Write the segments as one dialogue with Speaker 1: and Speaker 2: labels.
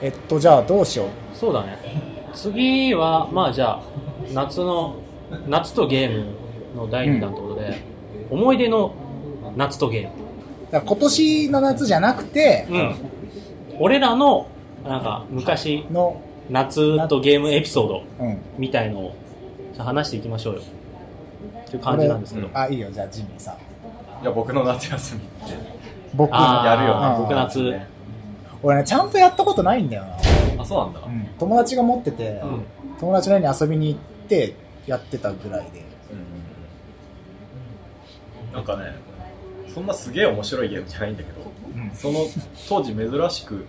Speaker 1: えっとじゃあどうしよう
Speaker 2: そうだね次はまあじゃあ夏の夏とゲームの第2弾ということで、思い出の夏とゲ
Speaker 1: だから今年の夏じゃなくて
Speaker 2: ーム、うん、俺らのなんか昔
Speaker 1: の
Speaker 2: 夏とゲームエピソード
Speaker 1: うん
Speaker 2: みたいのをじゃあ話していきましょうよっていう感じなんですけど、
Speaker 1: 俺あいいよじゃあジミーさん
Speaker 3: いや僕の夏休みって
Speaker 1: 僕
Speaker 2: あー
Speaker 3: やるよね
Speaker 1: うん
Speaker 2: 僕夏、
Speaker 1: 俺ねちゃんとやったことないんだよな、
Speaker 3: あそうなんだ、うん
Speaker 1: 友達が持ってて、
Speaker 2: うん
Speaker 1: 友達の家に遊びに行ってやってたぐらいで
Speaker 3: なんかねそんなすげえ面白いゲームじゃないんだけど、
Speaker 1: うん
Speaker 3: その当時珍しく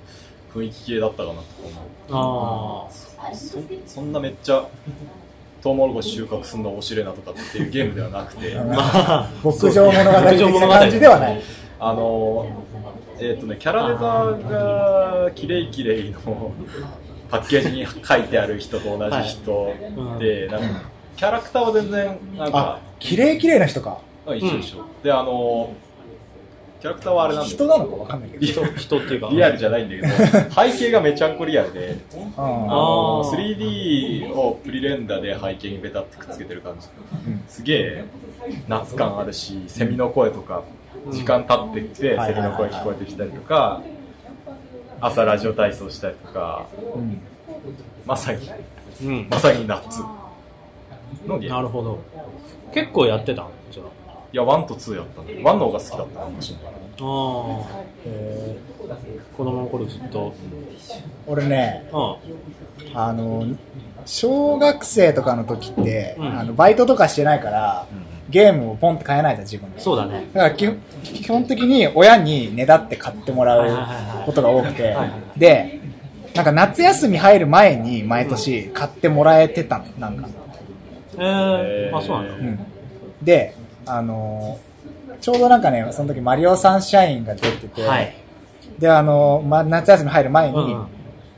Speaker 3: 雰囲気系だったかなとか
Speaker 2: あ
Speaker 3: 思うそそんなめっちゃトウモロコシ収穫すんのおしれなとかっていうゲームではなく て
Speaker 1: うん
Speaker 2: あ
Speaker 1: 牧場物語的な感じではない
Speaker 3: あのえっ、とねキャラデザがキレイキレイのパッケージに書いてある人と同じ人で、なんかキャラクターは全然なん
Speaker 1: あ
Speaker 3: か
Speaker 1: 綺麗綺麗な人か
Speaker 3: あ一緒一緒、であのキャラクターはあれなんだけ
Speaker 1: 人
Speaker 3: ど
Speaker 1: なのかわかんないけど、
Speaker 2: 人人っていうか
Speaker 3: リアルじゃないんだけど 背景がめちゃんこリアルであ
Speaker 1: う
Speaker 3: の
Speaker 2: あー
Speaker 3: 3D をプリレンダで背景にベタってくっつけてる感じ、
Speaker 1: うん
Speaker 3: すげえ夏感あるしセミの声とか時間経ってきて、
Speaker 1: うん
Speaker 3: セミの声聞こえてきたりとか朝ラジオ体操したりとか
Speaker 1: んうん
Speaker 3: まさに
Speaker 2: うん
Speaker 3: まさに夏のゲー
Speaker 2: な
Speaker 3: ム
Speaker 2: るほど結構やってたんじゃあ
Speaker 3: いや1と2やったんだ1の方が好きだったかもしれない
Speaker 2: あーへー子供の頃ずっと
Speaker 1: 俺ね
Speaker 2: う
Speaker 1: あの小学生とかの時って、
Speaker 2: うん
Speaker 1: あのバイトとかしてないから、ゲームをポンって買えないじゃん自分で
Speaker 2: んそうだね
Speaker 1: だから基本基本的に親にねだって買ってもら
Speaker 2: はいはいはいは
Speaker 1: う
Speaker 2: い
Speaker 1: ことが多くて
Speaker 2: はいはい、
Speaker 1: で、なんか夏休み入る前に毎年買ってもらえてたの、なんか。
Speaker 2: えー
Speaker 3: へー
Speaker 2: あそうなん
Speaker 1: う
Speaker 2: だ
Speaker 1: ん。で、あのーちょうどなんかね、その時マリオサンシャインが出てて、
Speaker 2: はい
Speaker 1: で、あのーま、夏休み入る前に、
Speaker 2: うんうん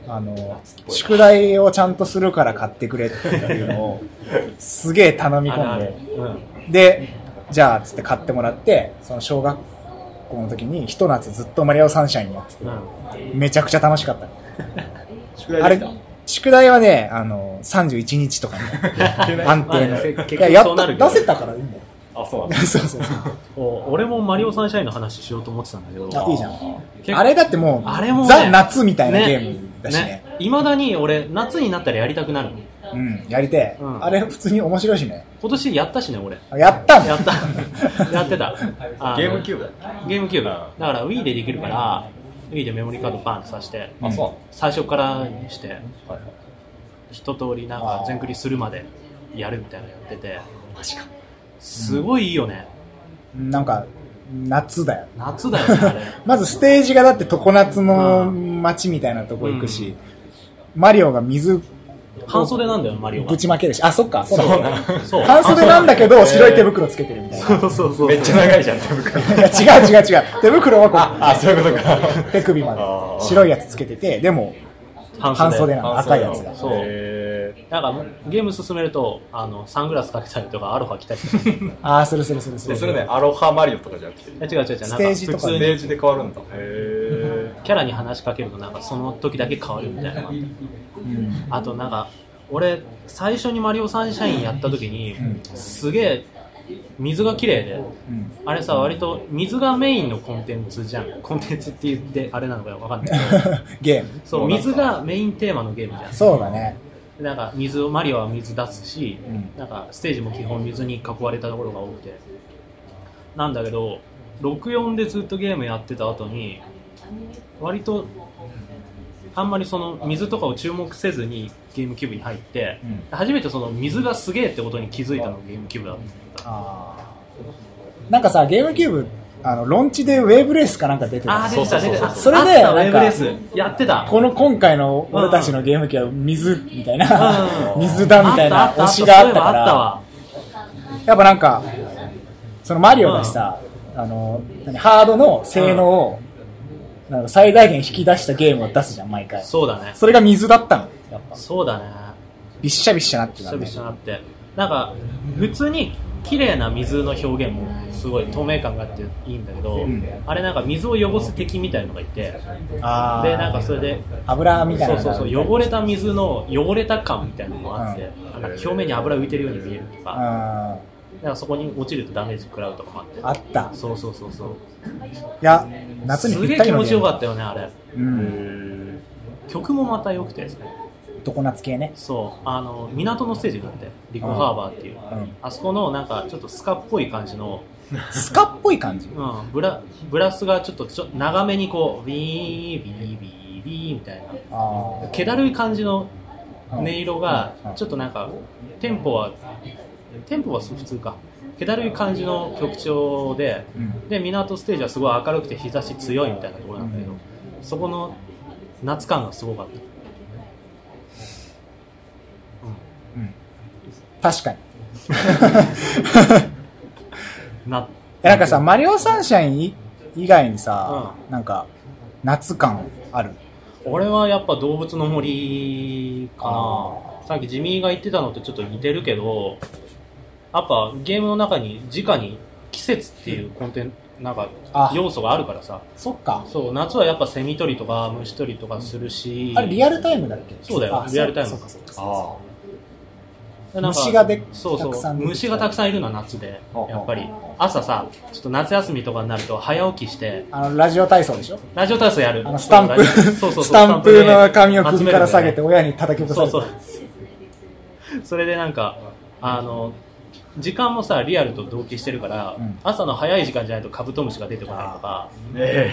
Speaker 1: あのー宿題をちゃんとするから買ってくれっていうのを、すげえ頼み
Speaker 2: ある
Speaker 1: 込
Speaker 2: あ
Speaker 1: ん
Speaker 2: る
Speaker 1: で、
Speaker 2: うん
Speaker 1: で、じゃあ、つって買ってもらって、その小学校の時に、ひと夏ずっとマリオサンシャインやってて、
Speaker 2: うん
Speaker 1: めちゃくちゃ楽しかった。
Speaker 3: 宿
Speaker 1: あ
Speaker 3: 題で
Speaker 1: れ
Speaker 3: きた、
Speaker 1: 宿題はね、あの、31日とかね、安定
Speaker 2: まあ
Speaker 1: の。
Speaker 2: ね結
Speaker 1: い
Speaker 2: 結
Speaker 1: や、
Speaker 2: 局
Speaker 1: や
Speaker 2: そう
Speaker 1: っ
Speaker 2: な
Speaker 1: た、
Speaker 2: るけど
Speaker 1: 出せたからいいんだよ。
Speaker 3: あそうなんだ
Speaker 1: そうそうそう。
Speaker 2: お俺もマリオサンシャインの話しようと思ってたんだけど
Speaker 1: あ、いいじゃ
Speaker 2: 結
Speaker 1: ん。
Speaker 2: 構
Speaker 1: あれだってもう、
Speaker 2: あれもね
Speaker 1: ザ・夏みたいなゲームだしね。
Speaker 2: いまだに俺夏になったらやりたくなる
Speaker 1: うん、やりてえ、
Speaker 2: うん
Speaker 1: あれ普通に面白いしね。
Speaker 2: 今年やったしね俺
Speaker 1: あやったんだ
Speaker 2: やったやってたあの
Speaker 3: ゲームキューブだった
Speaker 2: ゲームキューブだから Wii でできるから Wii でメモリーカードバンってさして
Speaker 1: うん
Speaker 3: あそ
Speaker 2: 最初からにして
Speaker 3: うなんだ、はいはい
Speaker 2: 一通りなんか全クリするまでやるみたいなのやってて
Speaker 1: マジか。
Speaker 2: すごいいいよね
Speaker 1: なんか、夏だよ。
Speaker 2: 夏だよねあれ
Speaker 1: まずステージがだって常夏の
Speaker 2: うん
Speaker 1: 街みたいなとこ行くし、マリオが水
Speaker 2: 半袖なんだよマリオが
Speaker 1: ぶちまけるし、あ、そっか、そうだね
Speaker 2: そ う
Speaker 1: 半袖なんだけど、白い手袋つけてるみたいな。
Speaker 2: そうそうそう
Speaker 3: めっちゃ長いじゃん手袋
Speaker 1: いや違う違う違う手袋はこ
Speaker 3: あそういうことか
Speaker 1: う手首ま
Speaker 3: あー
Speaker 1: で白いやつつけててでも半袖なの赤いやつが
Speaker 2: そう
Speaker 3: へ
Speaker 2: なんかもうゲーム進めるとあのサングラスかけたりとかアロハ着たりとか
Speaker 1: ああするするする
Speaker 3: ー
Speaker 1: す
Speaker 3: で
Speaker 1: る
Speaker 3: それねアロハマリオとかじゃなくて
Speaker 2: いや違う違う違うなん
Speaker 1: ス
Speaker 2: か
Speaker 1: テージ
Speaker 3: 普
Speaker 1: とか
Speaker 3: 通
Speaker 1: ね
Speaker 3: にレージで変わるんだへ
Speaker 2: キャラに話しかけるとなんかその時だけ変わるみたいな
Speaker 1: うん
Speaker 2: あとなんか俺最初に「マリオサンシャイン」やった時に、すげえ水が綺麗で
Speaker 1: うん
Speaker 2: あれさ割と水がメインのコンテンツじゃんコンテンツって言ってあれなのかわかんないけど
Speaker 1: ゲーム
Speaker 2: そう水がメインテーマのゲームじゃん
Speaker 1: そうだね
Speaker 2: なんか水をマリオは水出すし、
Speaker 1: うん
Speaker 2: なんかステージも基本水に囲われたところが多くてなんだけど64でずっとゲームやってた後に割とあんまりその水とかを注目せずにゲームキューブに入って、
Speaker 1: うん
Speaker 2: 初めてその水がすげえってことに気づいたのがゲームキューブだった
Speaker 1: あーなんかさゲームキューブあのロンチでウェーブレースかなんか出て
Speaker 2: あ
Speaker 1: た
Speaker 2: ー出てた出
Speaker 1: そうそう
Speaker 2: てた
Speaker 1: そう
Speaker 2: あ
Speaker 1: それで
Speaker 2: あった
Speaker 1: なん
Speaker 2: ウェブ
Speaker 1: か
Speaker 2: レースやってた
Speaker 1: この今回の俺たちのゲーム機は水みたいな
Speaker 2: うん
Speaker 1: 水だみたい
Speaker 2: あ
Speaker 1: な
Speaker 2: った
Speaker 1: 推
Speaker 2: あった
Speaker 1: しがあったか
Speaker 2: そういえばあった
Speaker 1: ら
Speaker 2: わ
Speaker 1: やっぱなんか、そのマリオだしさ、あの、何ハードの性能を、なんか最大限引き出したゲームを出すじゃん、毎回。そ
Speaker 2: そうだね
Speaker 1: れが水だったの。やっぱ。
Speaker 2: そうだね
Speaker 1: びっしゃびっしゃなって
Speaker 2: び
Speaker 1: た
Speaker 2: しゃ
Speaker 1: ね
Speaker 2: びしゃなってなんか普通に綺麗な水の表現もすごい透明感があっていいんだけど、
Speaker 1: うん
Speaker 2: あれなんか水を汚す敵みたいのがいて
Speaker 1: あー
Speaker 2: でなんかそれで
Speaker 1: 油みたい
Speaker 2: そ
Speaker 1: なの
Speaker 2: うそ
Speaker 1: が
Speaker 2: うそう汚れた水の汚れた感みたいなのがあって、
Speaker 3: ん
Speaker 2: なんか表面に油浮いてるように見えると
Speaker 1: う
Speaker 2: か,、
Speaker 1: んあ
Speaker 2: なんかそこに落ちるとダメージ食らうとかもあって
Speaker 1: ったい
Speaker 2: そうそうそうそう
Speaker 1: や夏に
Speaker 2: す
Speaker 1: ぴ
Speaker 2: げ
Speaker 1: っ
Speaker 2: え
Speaker 1: たり
Speaker 2: 気
Speaker 1: の
Speaker 2: 持ちよか
Speaker 1: っ
Speaker 2: ったよねあれ
Speaker 1: たうん
Speaker 2: 曲もまた良くて
Speaker 1: 常夏系ね
Speaker 2: そうあの港のステージがあってリコハーバーっていう、
Speaker 1: うん
Speaker 2: あそこのなんかちょっとスカっぽい感じの、
Speaker 1: スカっぽい感じ
Speaker 2: うん、ブラブラスがちょっとちょ長めにこうビービービービーみたいな
Speaker 1: あ
Speaker 2: 気だるい感じの
Speaker 1: あ
Speaker 2: 音色が
Speaker 1: うん
Speaker 2: ちょっとなんかテンポはテンポは普通か気だるい感じの曲調で
Speaker 1: うん
Speaker 2: で港ステージはすごい明るくて日差し強いみたいなところなんだけど、
Speaker 1: うん
Speaker 2: そこの夏感がすごかった、
Speaker 1: うん確かに
Speaker 2: うん、な
Speaker 1: えなんかさ、マリオサンシャインい以外にさ、
Speaker 2: う
Speaker 1: なんか、夏感ある。
Speaker 2: 俺はやっぱ動物の森かなさっきジミーが言ってたのとちょっと似てるけどやっぱゲームの中に直に季節っていうコンテンなんか
Speaker 1: あ
Speaker 2: 要素があるからさ
Speaker 1: そっか。
Speaker 2: そう夏はやっぱセミ取りとか虫取りとかするし
Speaker 1: あれ、リアルタイムだっけ
Speaker 2: そうだよ
Speaker 1: あ
Speaker 2: リアルタイム
Speaker 1: そうかそうかそうか
Speaker 3: あ
Speaker 2: なんか
Speaker 1: 虫がで
Speaker 2: そう
Speaker 1: たく
Speaker 2: そ
Speaker 1: さ
Speaker 2: うん
Speaker 1: 出てきた
Speaker 2: 虫がたくさんいるのは夏で
Speaker 3: あ
Speaker 2: やっぱり朝さちょっと夏休みとかになると早起きして
Speaker 1: あの、ラジオ体操でしょ
Speaker 2: ラジオ体操やる
Speaker 1: あの、スタンプ、
Speaker 2: そうそうそう
Speaker 1: スタンプの紙を首
Speaker 2: 集めるんだよね
Speaker 1: から下げて親に叩き落とさ
Speaker 2: そ
Speaker 1: れた
Speaker 2: うそう。それでなんか、あの、時間もさ、リアルと同期してるから、
Speaker 1: うん
Speaker 2: 朝の早い時間じゃないとカブトムシが出てこないとか、
Speaker 3: あね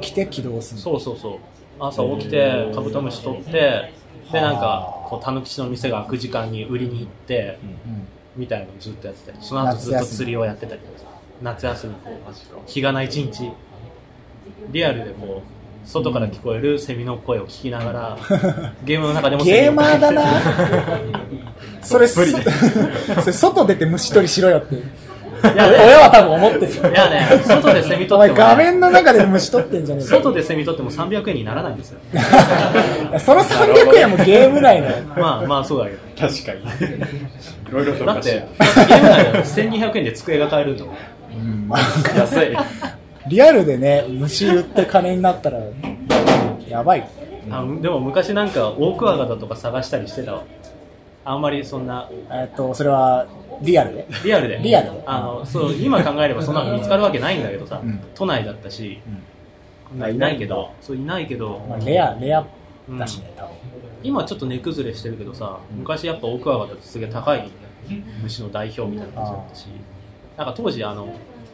Speaker 1: 起きて起動する。
Speaker 2: そうそうそう。朝起きて、カブトムシ取って、で、なんか、こう、タヌキシの店が開く時間に売りに行って、
Speaker 1: うん
Speaker 2: みたいなのずっとやってたり、その後ずっと釣りをやってたりとかさ夏休み、日がない一日、リアルでこう、外から聞こえるセミの声を聞きな がら、ゲームの中でもセミ
Speaker 1: ゲー
Speaker 2: の
Speaker 1: マ
Speaker 2: 声
Speaker 1: ーだな それ、そ
Speaker 3: 無理
Speaker 1: それ外出て虫取りしろよって。
Speaker 2: いやね
Speaker 1: 親は多分思ってるよ
Speaker 2: いやね、外でセミ
Speaker 1: お
Speaker 2: 取
Speaker 1: 前
Speaker 2: って
Speaker 1: 画
Speaker 2: も、
Speaker 1: 面の中で虫取ってんじゃねえか
Speaker 2: 外でセミ取っても300円にならないんで すよ。
Speaker 1: その300円もゲーム内の
Speaker 2: まあまあそうだけど。
Speaker 3: え確 かにいろいろとお
Speaker 2: だ
Speaker 3: か
Speaker 2: っ
Speaker 3: しい
Speaker 2: て、だってゲーム内だ1200円で机が買えると。
Speaker 1: うん
Speaker 3: 安い
Speaker 1: リアルでね、虫売って金になったら、やばい。
Speaker 2: あでも昔なんかオオクワガタとか探したりしてたわ。あんまりそんな、
Speaker 1: えっと、それは、リアルで。
Speaker 2: リアルで。
Speaker 1: リアルで
Speaker 2: あの、そう、今考えればそんなの見つかるわけないんだけどさ、
Speaker 1: うん
Speaker 2: 都内だったし、
Speaker 3: あ
Speaker 2: いないけど、そう、いないけど、
Speaker 1: まあ、レア、レア
Speaker 2: うん
Speaker 1: だしね、多分。
Speaker 2: 今ちょっと値崩れしてるけどさ、昔やっぱオオクワガタってすげえ高い虫の代表みたいな感じだったし、なんか当時あの、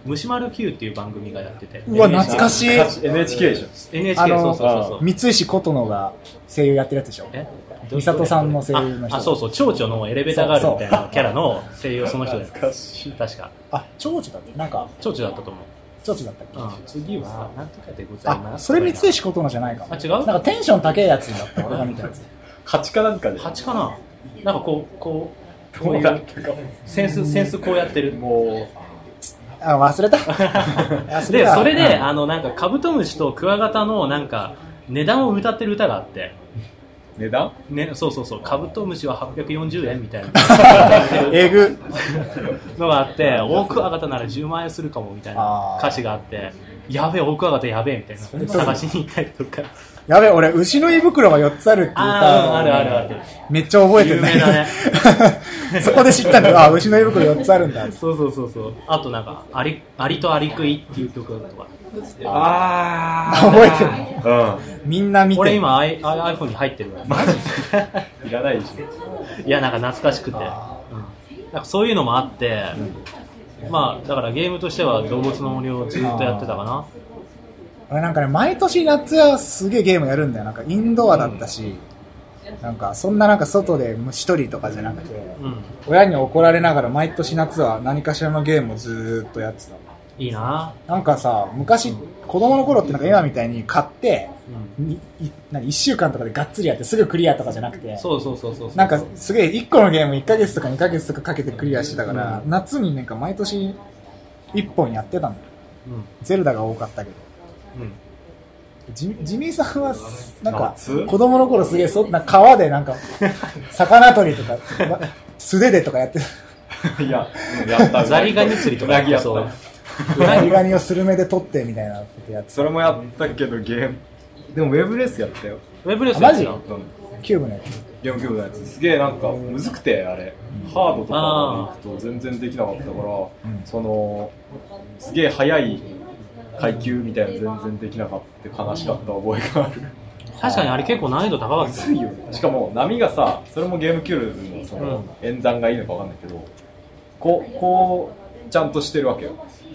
Speaker 2: 虫丸 Q っていう番組がやってて、
Speaker 1: うわ、懐かしい。
Speaker 3: NHK でしょ
Speaker 2: NHK
Speaker 1: あ
Speaker 2: そう
Speaker 1: の
Speaker 2: そうそうそう。
Speaker 1: 三石琴乃が声優やってるやつでしょ。
Speaker 2: え
Speaker 1: 美里さんの声優の人
Speaker 2: ああ、そうそう、蝶々のエレベーターガールみたい
Speaker 1: そ
Speaker 2: なキャラの声優をその人で。
Speaker 3: 懐かしい
Speaker 2: 確か。
Speaker 1: あ、蝶々だって、なんか、
Speaker 2: 蝶々だったと思う。
Speaker 1: 蝶々だったっけ
Speaker 2: うん、次は、なんとかでござい
Speaker 1: あ、
Speaker 2: ます。
Speaker 1: それ三石琴乃じゃないかも。
Speaker 2: あ違う
Speaker 1: なんかテンション高いやつだった、俺が見たやつ。
Speaker 3: 蜂かなんかで
Speaker 2: 蜂かななんかこう、こう、こ
Speaker 3: ど
Speaker 2: う
Speaker 3: う
Speaker 2: い
Speaker 3: だっ
Speaker 2: う、
Speaker 3: けか
Speaker 2: センス、センスこうやってる。
Speaker 3: も
Speaker 1: あ、忘れた。忘れ
Speaker 2: で、
Speaker 1: た。
Speaker 2: それで、
Speaker 1: うん
Speaker 2: あの、なんか、カブトムシとクワガタの、なんか、値段を歌ってる歌があって、
Speaker 3: う値段
Speaker 2: ね、そうそうそう、カブトムシは840円みたいな
Speaker 1: えぐ。
Speaker 2: のがあって、オオクワガタなら10万円するかもみたいな歌詞があって、やべえ、オオクワガタやべえみたいな、探しに行ったりとか、
Speaker 1: やべ、俺、牛の胃袋が4つあるって歌
Speaker 2: あ
Speaker 1: を
Speaker 2: ーあるあるある、
Speaker 1: めっちゃ覚えてる
Speaker 2: 有名だ
Speaker 1: そこで知ったんだ よ。あ、牛の胃袋4つあるんだ。
Speaker 2: そうそうそう、そうあとなんか、アリアリとアリクイっていう曲とか、
Speaker 3: あ
Speaker 1: 覚えてる。
Speaker 3: う
Speaker 1: みんな見て
Speaker 2: 俺今、I- I- iPhone に入ってるから、
Speaker 3: んいらないでし
Speaker 2: いや、なんか懐かしくて、うんなんかそういうのもあって、まあ、だからゲームとしては動物の森をずっとやってたかな。
Speaker 1: 俺なんかね、毎年夏はすげえゲームやるんだよ。なんかインドアだったし、なんかそんななんか外で虫取りとかじゃなくて、
Speaker 2: うん
Speaker 1: 親に怒られながら毎年夏は何かしらのゲームをずーっとやってた。
Speaker 2: いいな、
Speaker 1: なんかさ、昔、子供の頃ってなんか今みたいに買って、にい何1週間とかでがっつりやってすぐクリアとかじゃなくて、
Speaker 2: そうそうそうそうそう
Speaker 1: なんかすげえ1個のゲーム1ヶ月とか2ヶ月とかかけてクリアしてたから、
Speaker 2: う
Speaker 1: 夏になんか毎年1本やってたの。
Speaker 2: う
Speaker 1: ゼルダが多かったけど。
Speaker 2: んうん
Speaker 1: ジジミーさんは、なんか、
Speaker 3: 夏
Speaker 1: 子供の頃すげえ、そんな川でなんか、魚取りとか、素手でとかやってた。
Speaker 3: いや、うんやった。
Speaker 2: ザリガニ釣りとか
Speaker 3: うなぎやっ
Speaker 2: そう
Speaker 3: た。
Speaker 1: ザリガニをスルメで取ってみたいなことやつ
Speaker 3: それもやったけど、ゲーム。でも、ウェブレースやったよ。
Speaker 2: ウェブレス
Speaker 1: あマジ
Speaker 2: やって
Speaker 3: うん
Speaker 1: キューブのやつ
Speaker 3: ゲームキューブのやつすげえなんかむずくてあれハードとかでいくと全然できなかったから、
Speaker 1: ん
Speaker 3: そのすげえ速い階級みたいなの全然できなかった悲しかった覚えがある
Speaker 2: た確かにあれ結構難易度高か
Speaker 3: む
Speaker 2: っ
Speaker 3: ずいよねしかも波がさそれもゲームキューブのその演算がいいのかわかんないけどこうこうちゃんとしてるわけよ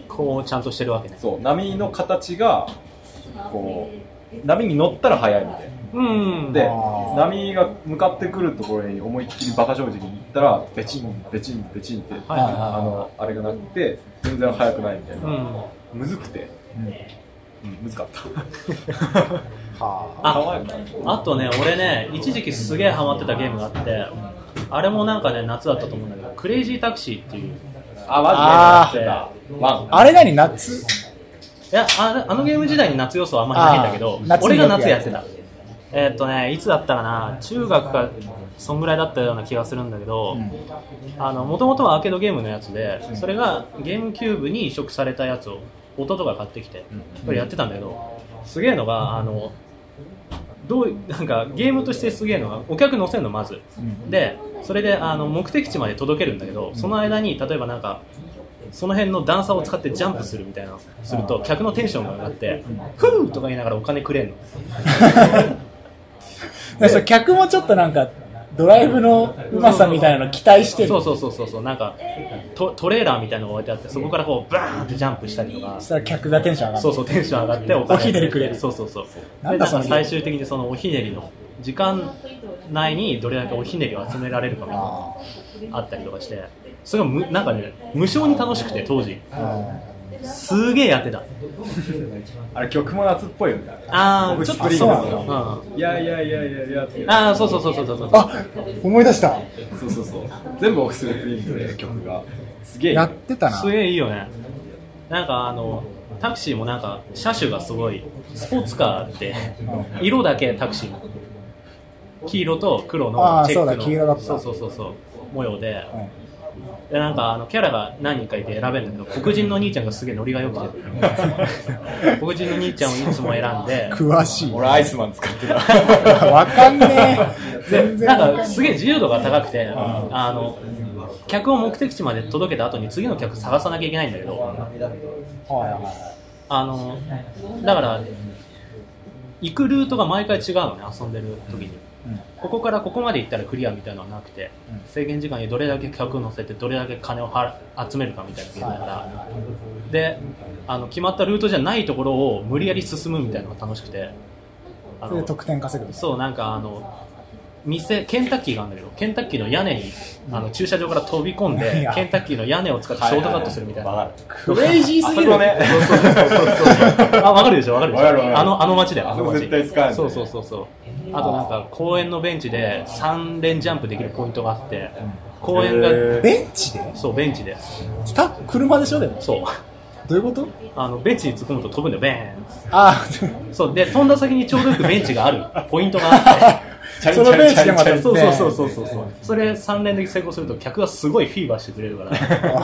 Speaker 2: たこうちゃんとしてるわけね
Speaker 3: そう波の形がこう波に乗ったら速いみたいな
Speaker 2: うん
Speaker 3: で
Speaker 1: あー
Speaker 3: 波が向かってくるところに思いっきりバカ正直に行ったらベチンベチンベチンって、
Speaker 2: はいはい
Speaker 1: あー
Speaker 3: あのあれがなくて全然速くないみたいな、
Speaker 2: うん
Speaker 3: むずくて、うん、むずかった
Speaker 1: はあ
Speaker 2: ああとね俺ね一時期すげえハマってたゲームがあってあれもなんかね夏だったと思うんだけどクレイジータクシーっていう
Speaker 3: あマジでや
Speaker 2: あ
Speaker 3: ってたワン
Speaker 1: あれ何夏
Speaker 2: いやあれあのゲーム時代に夏要素はあんまりないんだけ
Speaker 1: あ
Speaker 2: ど
Speaker 1: ー夏に
Speaker 2: 俺が夏
Speaker 1: よ
Speaker 2: やっ
Speaker 1: く
Speaker 2: て
Speaker 1: や
Speaker 2: たえーっとねいつだったかな中学かそんぐらいだったような気がするんだけど
Speaker 1: うん
Speaker 2: もともとはアーケードゲームのやつでそれがゲームキューブに移植されたやつを弟が買ってきてこれやってたんだけどすげえのがあのどういなんかゲームとしてすげえのがお客乗せんのまず
Speaker 1: うん
Speaker 2: でそれであの目的地まで届けるんだけどその間に例えばなんかその辺の段差を使ってジャンプするみたいなのをすると客のテンションが上がって「ふう!」とか言いながらお金くれんの
Speaker 1: でそれ客もちょっとなんかドライブのうまさみたいなの期待してる
Speaker 2: そうそうそうそうそうなんかトトレーラーみたいなのが置いてあってそこからこうバーンってジャンプしたりとか
Speaker 1: そしたら客がテンション上がる
Speaker 2: そうそうテンション上がってお金
Speaker 1: おひねりくれる
Speaker 2: そうそうそう
Speaker 1: なん
Speaker 2: で
Speaker 1: だ
Speaker 2: なん
Speaker 1: そ
Speaker 2: か
Speaker 1: の
Speaker 2: 最終的にそのおひねりの時間内にどれだけおひねりを集められるかみたいなの
Speaker 1: あ
Speaker 2: があったりとかしてそれがむなんかね無性に楽しくて当時
Speaker 1: ーあ
Speaker 2: すげえやってた
Speaker 3: あれ曲も夏っぽいよね
Speaker 2: あ
Speaker 3: 僕
Speaker 2: ーちょっ
Speaker 3: ス
Speaker 2: と
Speaker 3: プリング
Speaker 1: あ
Speaker 3: ス
Speaker 1: そうな
Speaker 2: うん、
Speaker 3: の
Speaker 2: あ
Speaker 3: いやいやいやいやいやって
Speaker 2: あーそうそうそうそうそうそう
Speaker 1: ーあ思い出した
Speaker 3: そうそうそう全部オフスプリングで曲がすげえ
Speaker 1: やってたな
Speaker 2: すげえいいよねなんかあのタクシーもなんか車種がすごいスポーツカーで色だけタクシーの黄色と黒の
Speaker 1: あー
Speaker 2: チェックの
Speaker 1: そうだ黄色だった
Speaker 2: そうそうそうそう模様で
Speaker 1: うん
Speaker 2: でなんかあのキャラが何人かいて選べるんだけど黒人の兄ちゃんがすげえノリがよくて黒人の兄ちゃんをいつも選んで
Speaker 1: 詳しい
Speaker 3: 俺アイスマン使ってた
Speaker 1: わかんねえ全然わ
Speaker 2: なん
Speaker 1: か
Speaker 2: か
Speaker 1: んね
Speaker 2: すげえ自由度が高くて、あの客を目的地まで届けた後に次の客探さなきゃいけないんだけど、
Speaker 1: えはいはいはい
Speaker 2: あのだから、行くルートが毎回違うのね、遊んでる時に。
Speaker 1: うん
Speaker 2: ここからここまで行ったらクリアみたいなのはなくて、
Speaker 1: うん
Speaker 2: 制限時間にどれだけ客を乗せて、どれだけ金を払集めるかみたいなのだから、であの決まったルートじゃないところを無理やり進むみたいなのが楽しくて。あ
Speaker 1: そ
Speaker 2: の
Speaker 1: れで得点稼ぐんです
Speaker 2: そうなんかあの店ケンタッキーがあるんだけどケンタッキーの屋根にあの駐車場から飛び込ん
Speaker 1: い
Speaker 2: で
Speaker 1: や
Speaker 2: ケンタッキーの屋根を使ってショートカットするみたいな、
Speaker 3: わかる
Speaker 1: クレイジー
Speaker 3: あ
Speaker 1: す
Speaker 3: そ
Speaker 1: ぎ
Speaker 3: こ
Speaker 1: る
Speaker 3: ね
Speaker 2: あ分かるでしょ分かるでしょ
Speaker 3: わかるわかる
Speaker 2: あのあの街だよ
Speaker 3: あ
Speaker 2: あ
Speaker 3: そ
Speaker 2: の
Speaker 3: こ
Speaker 2: 街
Speaker 3: 絶対使えんね
Speaker 2: そうそうそうそうあとなんか公園のベンチで3連ジャンプできるポイントがあって公園が、
Speaker 3: へー
Speaker 1: ベンチで
Speaker 2: そうベンチで
Speaker 1: スタ車でしょでも
Speaker 2: そう
Speaker 1: どういうこと
Speaker 2: あのベンチに突っ込むと飛ぶんだよベー
Speaker 1: あ
Speaker 2: ンそうで飛んだ先にちょうどよくベンチがあるポイントがあって
Speaker 1: あそのベンチでまた
Speaker 2: そうそうそうそうそうそう。それ3連で成功すると客がすごいフィーバーしてくれるから。だ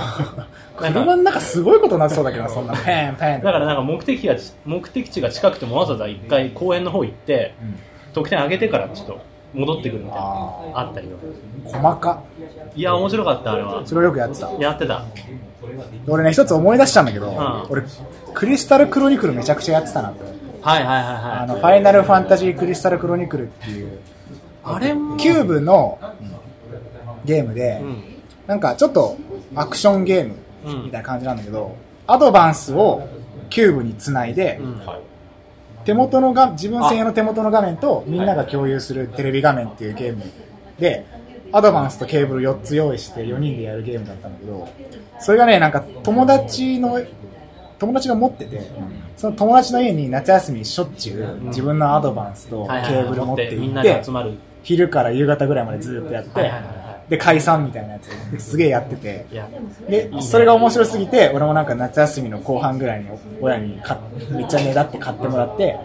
Speaker 1: 車の中すごいことになってそうだけどなそんなペンペン
Speaker 2: からなんか目的地が目的地が近くてもわざわざ一回公園の方行って
Speaker 1: ん
Speaker 2: 得点上げてからちょっと戻ってくるみたいな
Speaker 1: あ
Speaker 2: あったりとか。
Speaker 1: 細か
Speaker 2: いや面白かったあれは。
Speaker 1: それをよくやってた
Speaker 2: やってた。
Speaker 1: 俺ね一つ思い出したんだけど、
Speaker 2: ん
Speaker 1: 俺クリスタルクロニクルめちゃくちゃやってたなって
Speaker 2: はいはいはい
Speaker 1: あ
Speaker 2: はい。
Speaker 1: のファイナルファンタジークリスタルクロニクルっていう
Speaker 2: あれも。
Speaker 1: キューブのゲームで、
Speaker 2: うん。
Speaker 1: なんかちょっとアクションゲーム
Speaker 2: うん
Speaker 1: みたいな感じなんだけど、アドバンスをキューブにつないで、
Speaker 2: うん。はい
Speaker 1: 手元のが自分専用の手元の画面とみんなが共有するテレビ画面っていうゲームでアドバンスとケーブル4つ用意して4人でやるゲームだったんだけどそれがねなんか友達の友達が持っててその友達の家に夏休みしょっちゅう自分のアドバンスとケ
Speaker 2: はいはい。
Speaker 1: ーブル持って
Speaker 2: みん
Speaker 1: 行
Speaker 2: な
Speaker 1: っ
Speaker 2: で
Speaker 1: て
Speaker 2: 集まる。
Speaker 1: 昼から夕方ぐらいまでずっとやっ
Speaker 2: はい
Speaker 1: て
Speaker 2: はいは
Speaker 1: で解散みたいなやつすげえやってて
Speaker 2: い。いや。
Speaker 1: でそれが面白すぎて俺もなんか夏休みの後半ぐらいに親に買っめっちゃねだって買ってもらって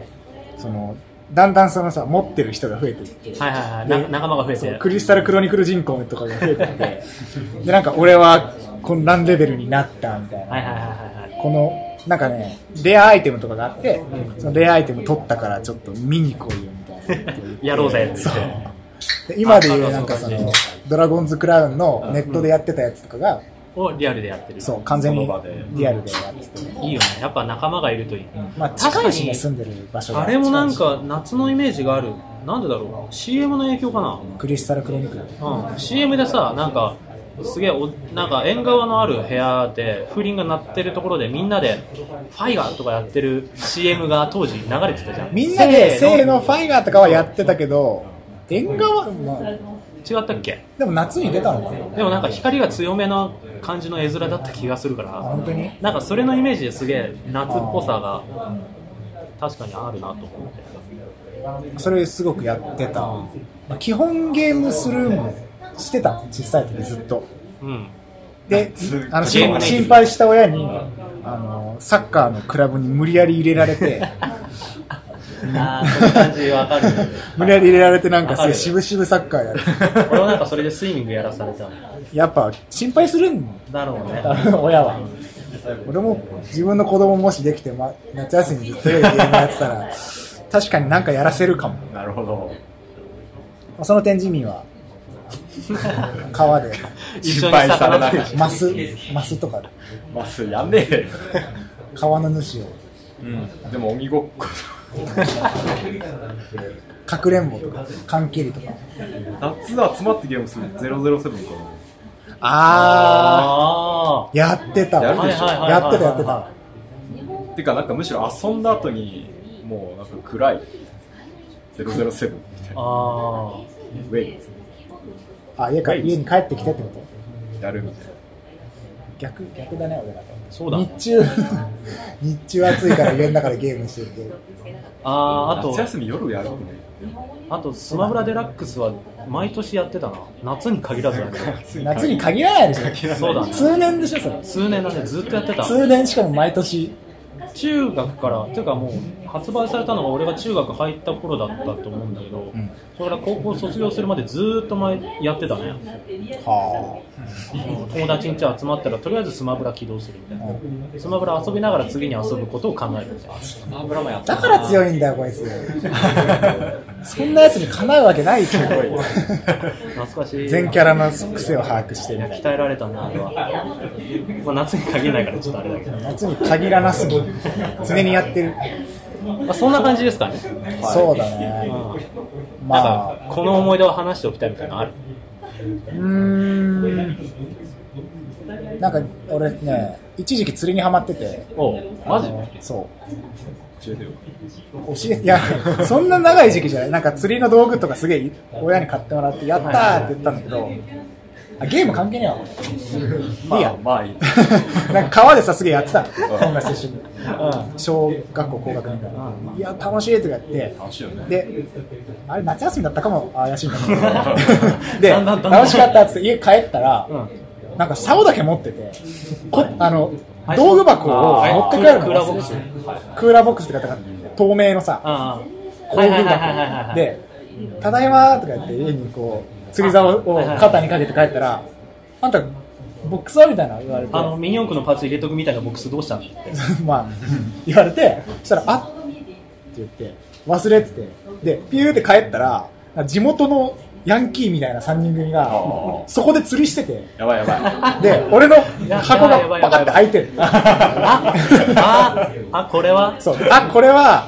Speaker 1: そのだんだんそのさ、持ってる人が増えていって。
Speaker 2: はいはいはい
Speaker 1: で
Speaker 2: な仲間が増えて
Speaker 1: そうクリスタルクロニクル人口とかが増えてって。 で、なんか俺は混乱レベルになったみたいな。
Speaker 2: はいはいはいはいはい
Speaker 1: この、なんかね、レアアイテムとかがあって、そのレアアイテム取ったからちょっと見に来いよみたいな。
Speaker 2: やろうぜって
Speaker 1: そう。で今でいうなんかそ
Speaker 2: あそう
Speaker 1: の
Speaker 2: か、
Speaker 1: ドラゴンズクラウンのネットでやってたやつとかが、
Speaker 2: をリアルでやってる
Speaker 1: そう、完全に
Speaker 3: その場で
Speaker 1: リアルでやってて。
Speaker 2: いいよねやっぱ仲間がいるといい、
Speaker 1: まあ近いしね、住んでる場所が。
Speaker 2: あれもなん
Speaker 1: 近いし、
Speaker 2: か夏のイメージがあるなんでだろう CM の影響かな
Speaker 1: クリスタルクロニクル。
Speaker 2: うん、CM でさなんかすげえおなんか縁側のある部屋で風鈴が鳴ってるところでみんなで「ファイガー」とかやってる CM が当時流れてたじゃん
Speaker 1: みんなで、
Speaker 2: せ
Speaker 1: せ
Speaker 2: ー
Speaker 1: ーの、ファイガーとかはやってたけど、縁側、まあ、
Speaker 2: 違ったっけ
Speaker 1: でも夏に出たのかな
Speaker 2: でもなんか光が強めの感じの絵面だった気がするから
Speaker 1: 本当に
Speaker 2: なんかそれのイメージですげえ夏っぽさが確かにあるなと思って
Speaker 1: それすごくやってた。まあ基本ゲームするもしてた、小さい時ずっと。
Speaker 2: うん
Speaker 1: で、あの、
Speaker 3: ゲー
Speaker 1: 心
Speaker 3: ムね
Speaker 1: 心配した親に、あの、サッカーのクラブに無理やり入れられ て、
Speaker 2: ああその感じわ かる
Speaker 1: 無理やり入れられてなんか
Speaker 2: わか
Speaker 1: す
Speaker 2: る
Speaker 1: ごい渋々サッカーやる。
Speaker 2: 俺はなんかそれでスイミングやらされた
Speaker 1: やっぱ心配するん
Speaker 2: だろうね
Speaker 1: だろう、 親は。俺も自分の子供もしできて、ま、夏休みずっと家でゲームやってたら、確かになんかやらせるかも。
Speaker 3: なるほど。
Speaker 1: その点ジミーは、川で、
Speaker 2: 一緒に魚釣り
Speaker 1: マス、マスとかで、
Speaker 3: まあ、すやんねえよ。
Speaker 1: 川の主を、
Speaker 3: うん。でも、鬼ごっこ。
Speaker 1: かくれんぼとか、缶切りとか。
Speaker 3: 夏集まってゲームする007か
Speaker 1: あ
Speaker 2: あ
Speaker 1: ー、やってたわ。
Speaker 3: やるでしょ
Speaker 2: はいはいはいはい
Speaker 1: やってた、やってた。
Speaker 3: な。てか、なんかむしろ遊んだ後に、もうなんか暗い。007みたい
Speaker 2: あ
Speaker 3: な。
Speaker 2: ああ
Speaker 3: ウェイツ
Speaker 1: あ、家か、家に帰ってきてってこと
Speaker 3: やるみたいな。
Speaker 1: 逆、逆だね、俺らと。
Speaker 2: そうだ
Speaker 1: 日中、日中暑いから家の中でゲームしてて。
Speaker 2: あーあ
Speaker 3: 夏
Speaker 2: と
Speaker 3: 休み夜やるのね。
Speaker 2: あとスマブラデラックスは毎年やってたな夏に限らずだね
Speaker 1: 夏に限らないでしょ。
Speaker 2: そうだね
Speaker 1: 通年でしょ、それ。
Speaker 2: 数年だねずっとやってた
Speaker 1: 通年しかも毎年。
Speaker 2: 中学からていうかもう発売されたのが俺が中学入った頃だったと思うんだけど、それから高校卒業するまでずーっと前やってたね
Speaker 1: は
Speaker 2: 友達ん家集まったらとりあえずスマブラ起動するみたいなスマブラ遊びながら次に遊ぶことを考えるみたいな
Speaker 1: あ。だから強いんだよ、こいつ。そんなやつにかなうわけないけど。
Speaker 2: 懐かし い
Speaker 1: 全キャラの癖を把握して
Speaker 2: い
Speaker 1: る
Speaker 2: や
Speaker 1: みたい
Speaker 2: 鍛えられたなあれは、まあ、夏に限らないからちょっとあれだけど
Speaker 1: な。夏に限らなすぎる。常にやってる。
Speaker 2: まあ、そんな感じですかね、
Speaker 1: そうだね。ま
Speaker 2: なん
Speaker 1: あ、
Speaker 2: かこの思い出を話しておきたいみたいなのある
Speaker 1: うーん。なんか、俺ね、一時期釣りにハマってて。
Speaker 2: おうマジ
Speaker 1: そう。
Speaker 3: 教えてよ。
Speaker 1: 教え いや、そんな長い時期じゃない。なんか釣りの道具とかすげえ親に買ってもらって、やったーって言ったんだけど、あゲーム関係ねえわ。
Speaker 3: ま
Speaker 1: いいや
Speaker 3: あ、。まあいい。
Speaker 1: なんか川でさ、すげえやってたの。友達と一緒に。小学校高学年から。いや、楽しいとか言って、
Speaker 3: 楽しいよね。
Speaker 1: で、あれ夏休みだったかもあ怪しいんだけどで、
Speaker 2: だんだんだんだん
Speaker 1: 楽しかったっつって家帰ったら、
Speaker 2: ん
Speaker 1: なんか竿だけ持ってて、こあの、道具箱を持って帰るの
Speaker 2: クーラーボックス
Speaker 1: 忘れてクーラーボックスってか、だから透明のさ、
Speaker 2: ああ
Speaker 1: 工具
Speaker 2: はいはいはいはいは
Speaker 1: 箱
Speaker 2: い
Speaker 1: で「ただいま」とか言って家にこう釣り竿を肩にかけて帰ったら「あんたボックスは?」みたいな言われて
Speaker 2: あのミニ四駆のパーツ入れとくみたいなボックスどうしたのって
Speaker 1: まあ言われてそしたら「あっ」って言って忘れててでピューって帰ったら地元のヤンキーみたいな3人組が
Speaker 3: ー
Speaker 1: そこで釣りしてて
Speaker 3: やばいやば
Speaker 1: で俺の
Speaker 2: や
Speaker 1: 箱
Speaker 2: や
Speaker 1: が
Speaker 2: ばいやばいやばい
Speaker 1: パカって開いてる
Speaker 2: あああこれは
Speaker 1: そうあこれは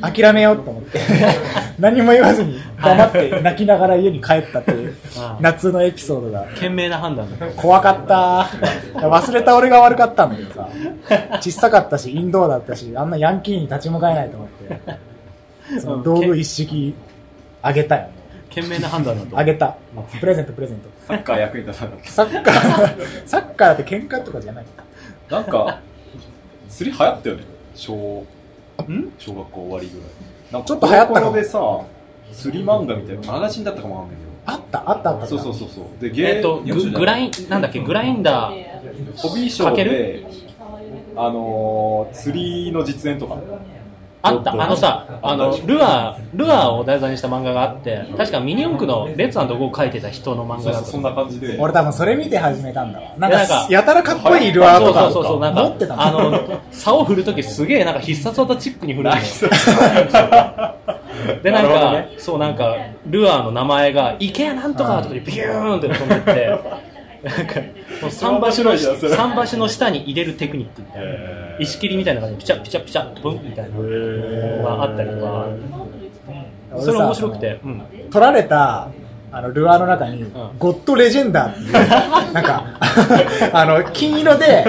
Speaker 1: 諦めようと思って 何も言わずに黙って泣きながら家に帰ったっていう
Speaker 2: ああ
Speaker 1: 夏のエピソードが
Speaker 2: 賢明な判断だ
Speaker 1: 怖かった忘れた俺が悪かったんだけどさ小さかったしインドアだったしあんなヤンキーに立ち向かえないと思ってその道具一式あげたよね
Speaker 2: 賢明な判断だと
Speaker 1: あげたプレゼントプレゼント
Speaker 3: い。サッカー役に立たなかった
Speaker 1: サッカーサッカーって喧嘩とかじゃない
Speaker 3: なんか、釣り流行ったよね。小、
Speaker 2: ん
Speaker 3: 小学校終わりぐらい。なんか
Speaker 1: ちょっと流行ったかも
Speaker 3: 高校でさ、釣り漫画みたいな、マガジンだったかもわかんない
Speaker 1: あったあったあった
Speaker 3: けど。そうそうそうそう。で、ゲー
Speaker 2: えっとググライ
Speaker 3: ン。
Speaker 2: ンなんだっけグラインダー
Speaker 3: ホビーショ
Speaker 2: か
Speaker 3: ー
Speaker 2: け
Speaker 3: で、あのー釣りの実演とか。
Speaker 1: あ
Speaker 2: あった、あのさ、あの、ルアー、ルアーを題材にした漫画があって、確かミニ四駆のレッツゴーを描いてた人の漫
Speaker 4: そ
Speaker 2: 画
Speaker 4: う
Speaker 2: だ
Speaker 4: そう
Speaker 2: った。
Speaker 4: そんな感じで
Speaker 1: 俺多分それ見て始めたんだわ。なん
Speaker 2: いやなん
Speaker 1: か
Speaker 2: か、
Speaker 1: やたらかっこいいルアーと
Speaker 2: そうそうそう
Speaker 1: か、
Speaker 2: そう、なん
Speaker 1: 持って
Speaker 2: か、
Speaker 1: た
Speaker 2: あ
Speaker 1: の
Speaker 2: の、竿を振るときすげえなんか必殺技チックに振るんだよで、なん
Speaker 3: なるほ
Speaker 2: か、
Speaker 3: どね
Speaker 2: そうなんか、ルアーの名前が、池やなんとかとかでビューンって飛んでって、なんか、もう桟橋の、
Speaker 3: 面白いじゃんそれ
Speaker 2: 桟橋の下に入れるテクニックみたいな。石切りみたいな感じで、ピチャピチャピチャ、ブンみたいなのがあったりとか、
Speaker 1: 俺さ
Speaker 2: それ面白くて、うん。
Speaker 1: 取られた、あの、ルアーの中に、ゴッドレジェンダーっていう、なんか、 あの、金色で、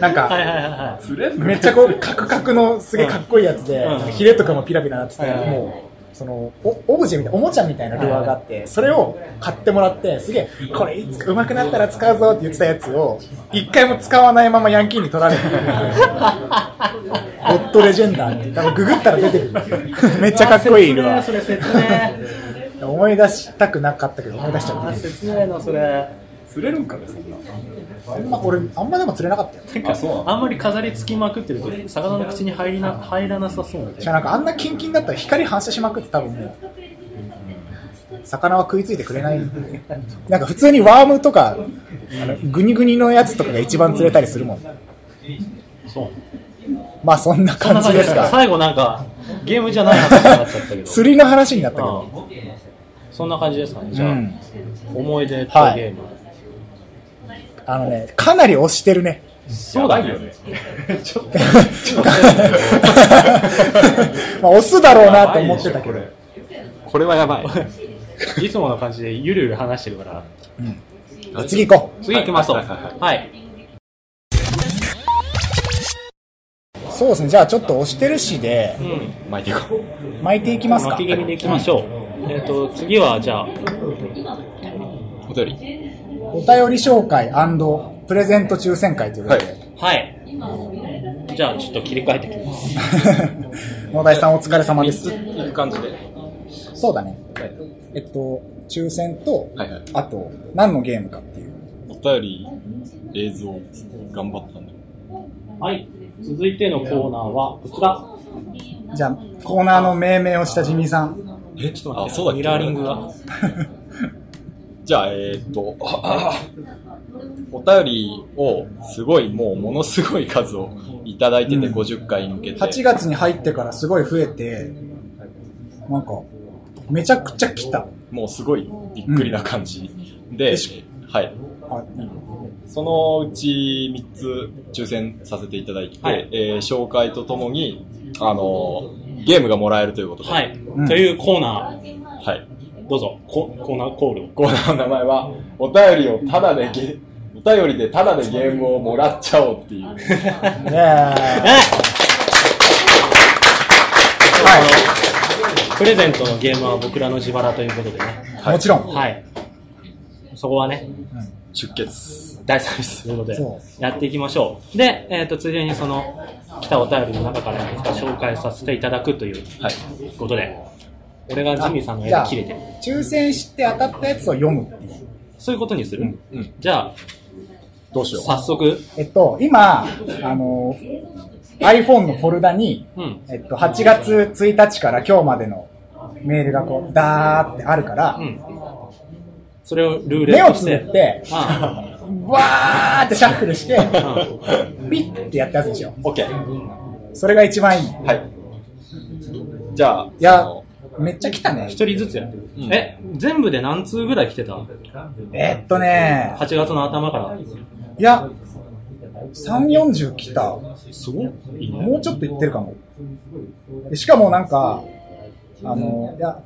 Speaker 1: なん
Speaker 2: はい
Speaker 1: か、
Speaker 2: はいはいはい。
Speaker 3: 釣れんの
Speaker 1: めっちゃこう、カクカクのすげえかっこいいやつで
Speaker 2: うん、
Speaker 1: ヒレとかもピラピラなってて、
Speaker 2: はいはい
Speaker 1: もう、そのおオブジェみたいなおもちゃみたいなルアーがあってそれを買ってもらってすげえこれいつか上手くなったら使うぞって言ってたやつを一回も使わないままヤンキーに取られてゴッドレジェンダーって多分ググったら出てく るめっちゃかっこいいルアー
Speaker 2: それ説明。
Speaker 1: 思い出したくなかったけど思い出しちゃった
Speaker 2: 説明のそれ。
Speaker 3: 釣れるんかねそんな
Speaker 1: あんま俺あんまでも釣れなかったよ
Speaker 3: あそうなの
Speaker 2: あんまり飾りつきまくってると、魚の口に入りな入らなさそうみたい
Speaker 1: じゃ
Speaker 2: な。
Speaker 1: あなんかあんなキンキンだったら光反射しまくって多分もう魚は食いついてくれないなんか普通にワームとかあのグニグニのやつとかが一番釣れたりするもん
Speaker 2: そう。
Speaker 1: まあそんな
Speaker 2: そんな
Speaker 1: 感じです
Speaker 2: 感
Speaker 1: か
Speaker 2: じ最後なんか、ゲームじゃない話になっちゃったけど。
Speaker 1: 釣りの話になったけど
Speaker 2: うんそんな感じですかね、
Speaker 1: う
Speaker 2: じゃあ。
Speaker 1: ん
Speaker 2: 思い出とゲーム。
Speaker 1: あのねかなり押してるね
Speaker 2: そうだ
Speaker 3: やばいよ
Speaker 2: ね。
Speaker 3: ね
Speaker 1: まあ押すだろうなと思ってたけど
Speaker 4: これはやばい
Speaker 2: いつもの感じでゆるゆる話してるから。
Speaker 1: 次行こう
Speaker 2: 次行きましょう。
Speaker 4: はいはいはい
Speaker 2: はい。
Speaker 1: そうですねじゃあちょっと押してるしで
Speaker 2: うん。
Speaker 4: 巻いていこう
Speaker 1: 巻いていきますか
Speaker 2: 巻き気味でいきましょう。えっと、次はじゃあ、
Speaker 4: お便り
Speaker 1: お便り紹介プレゼント抽選会ということで、
Speaker 2: はい。じゃあ、ちょっと切り替えてきます。
Speaker 1: 野田井さんお疲れ様で
Speaker 4: 3
Speaker 1: す
Speaker 4: つ。いく感じで
Speaker 1: そうだね。
Speaker 4: はい
Speaker 1: えっと、抽選と、
Speaker 4: はいはい
Speaker 1: あと、何のゲームかっていう。
Speaker 4: お便り映像頑張ったんだよ
Speaker 2: はい。続いてのコーナーは、こちら。
Speaker 1: じゃあ、コーナーの命名をしたジミーさん。
Speaker 4: えちょっと待ってあそうだっけ
Speaker 2: ミラーリングが。
Speaker 4: じゃあ、えーっと、 あお便りをすごい、もうものすごい数をいただいてて、
Speaker 1: うん
Speaker 4: 50回に向けて。
Speaker 1: 8月に入ってからすごい増えて、なんか、めちゃくちゃ来た。
Speaker 4: もうすごいびっくりな感じ、で
Speaker 1: よし、
Speaker 4: はい。
Speaker 1: あ
Speaker 4: そのうち3つ抽選させていただいて、
Speaker 2: はい
Speaker 4: えー紹介とともに、あのーゲームがもらえるということで、
Speaker 2: はい
Speaker 1: ん。
Speaker 2: というコーナー、
Speaker 4: はい
Speaker 2: どうぞ、ココーナーコールを。
Speaker 4: コーナーの名前は、お便りをただでゲ、お便りでただでゲームをもらっちゃおうっていう。
Speaker 1: ねえ
Speaker 2: あのプレゼントのゲームは僕らの自腹ということでね。
Speaker 1: もちろん。
Speaker 2: はい。そこはね、
Speaker 4: 出血。
Speaker 2: 大サービスということで
Speaker 1: そ、
Speaker 2: やっていきましょう。で、えっ、と、ついでにその、来たお便りの中からいくつか紹介させていただくという
Speaker 4: はい。
Speaker 2: ことで、俺がジミーさんの
Speaker 1: じゃ
Speaker 2: や
Speaker 1: あ
Speaker 2: つ切れてる。
Speaker 1: 抽選して当たったやつを読むっていう。
Speaker 2: そういうことにする、
Speaker 4: うん
Speaker 2: じゃあ、
Speaker 4: どうしよう。
Speaker 2: 早速、
Speaker 1: えっと、今、あの、iPhone のフォルダに、
Speaker 2: うん。
Speaker 1: えっと、8月1日から今日までのメールがこう、ダーってあるから、
Speaker 2: うん。それをルーレ
Speaker 1: 目
Speaker 2: ッ
Speaker 1: を
Speaker 2: トし
Speaker 1: つ
Speaker 2: て。
Speaker 1: ぶって、
Speaker 2: あ
Speaker 1: わーってシャッフルして、
Speaker 2: あうん
Speaker 1: ピッてやったやつでしょ。
Speaker 4: オッケー。
Speaker 1: それが一番いい。い
Speaker 4: はい。じゃあ、
Speaker 1: や
Speaker 4: その、
Speaker 1: めっちゃ来たね。
Speaker 2: 一人ずつやってる、
Speaker 4: うん
Speaker 2: え、全部で何通ぐらい来てた ?8
Speaker 1: えーっとね、
Speaker 2: 月の頭から。
Speaker 1: いや、3、40来た。も
Speaker 2: すごいね。
Speaker 1: うちょっといってるかも。でしかもなんか、あの、いや、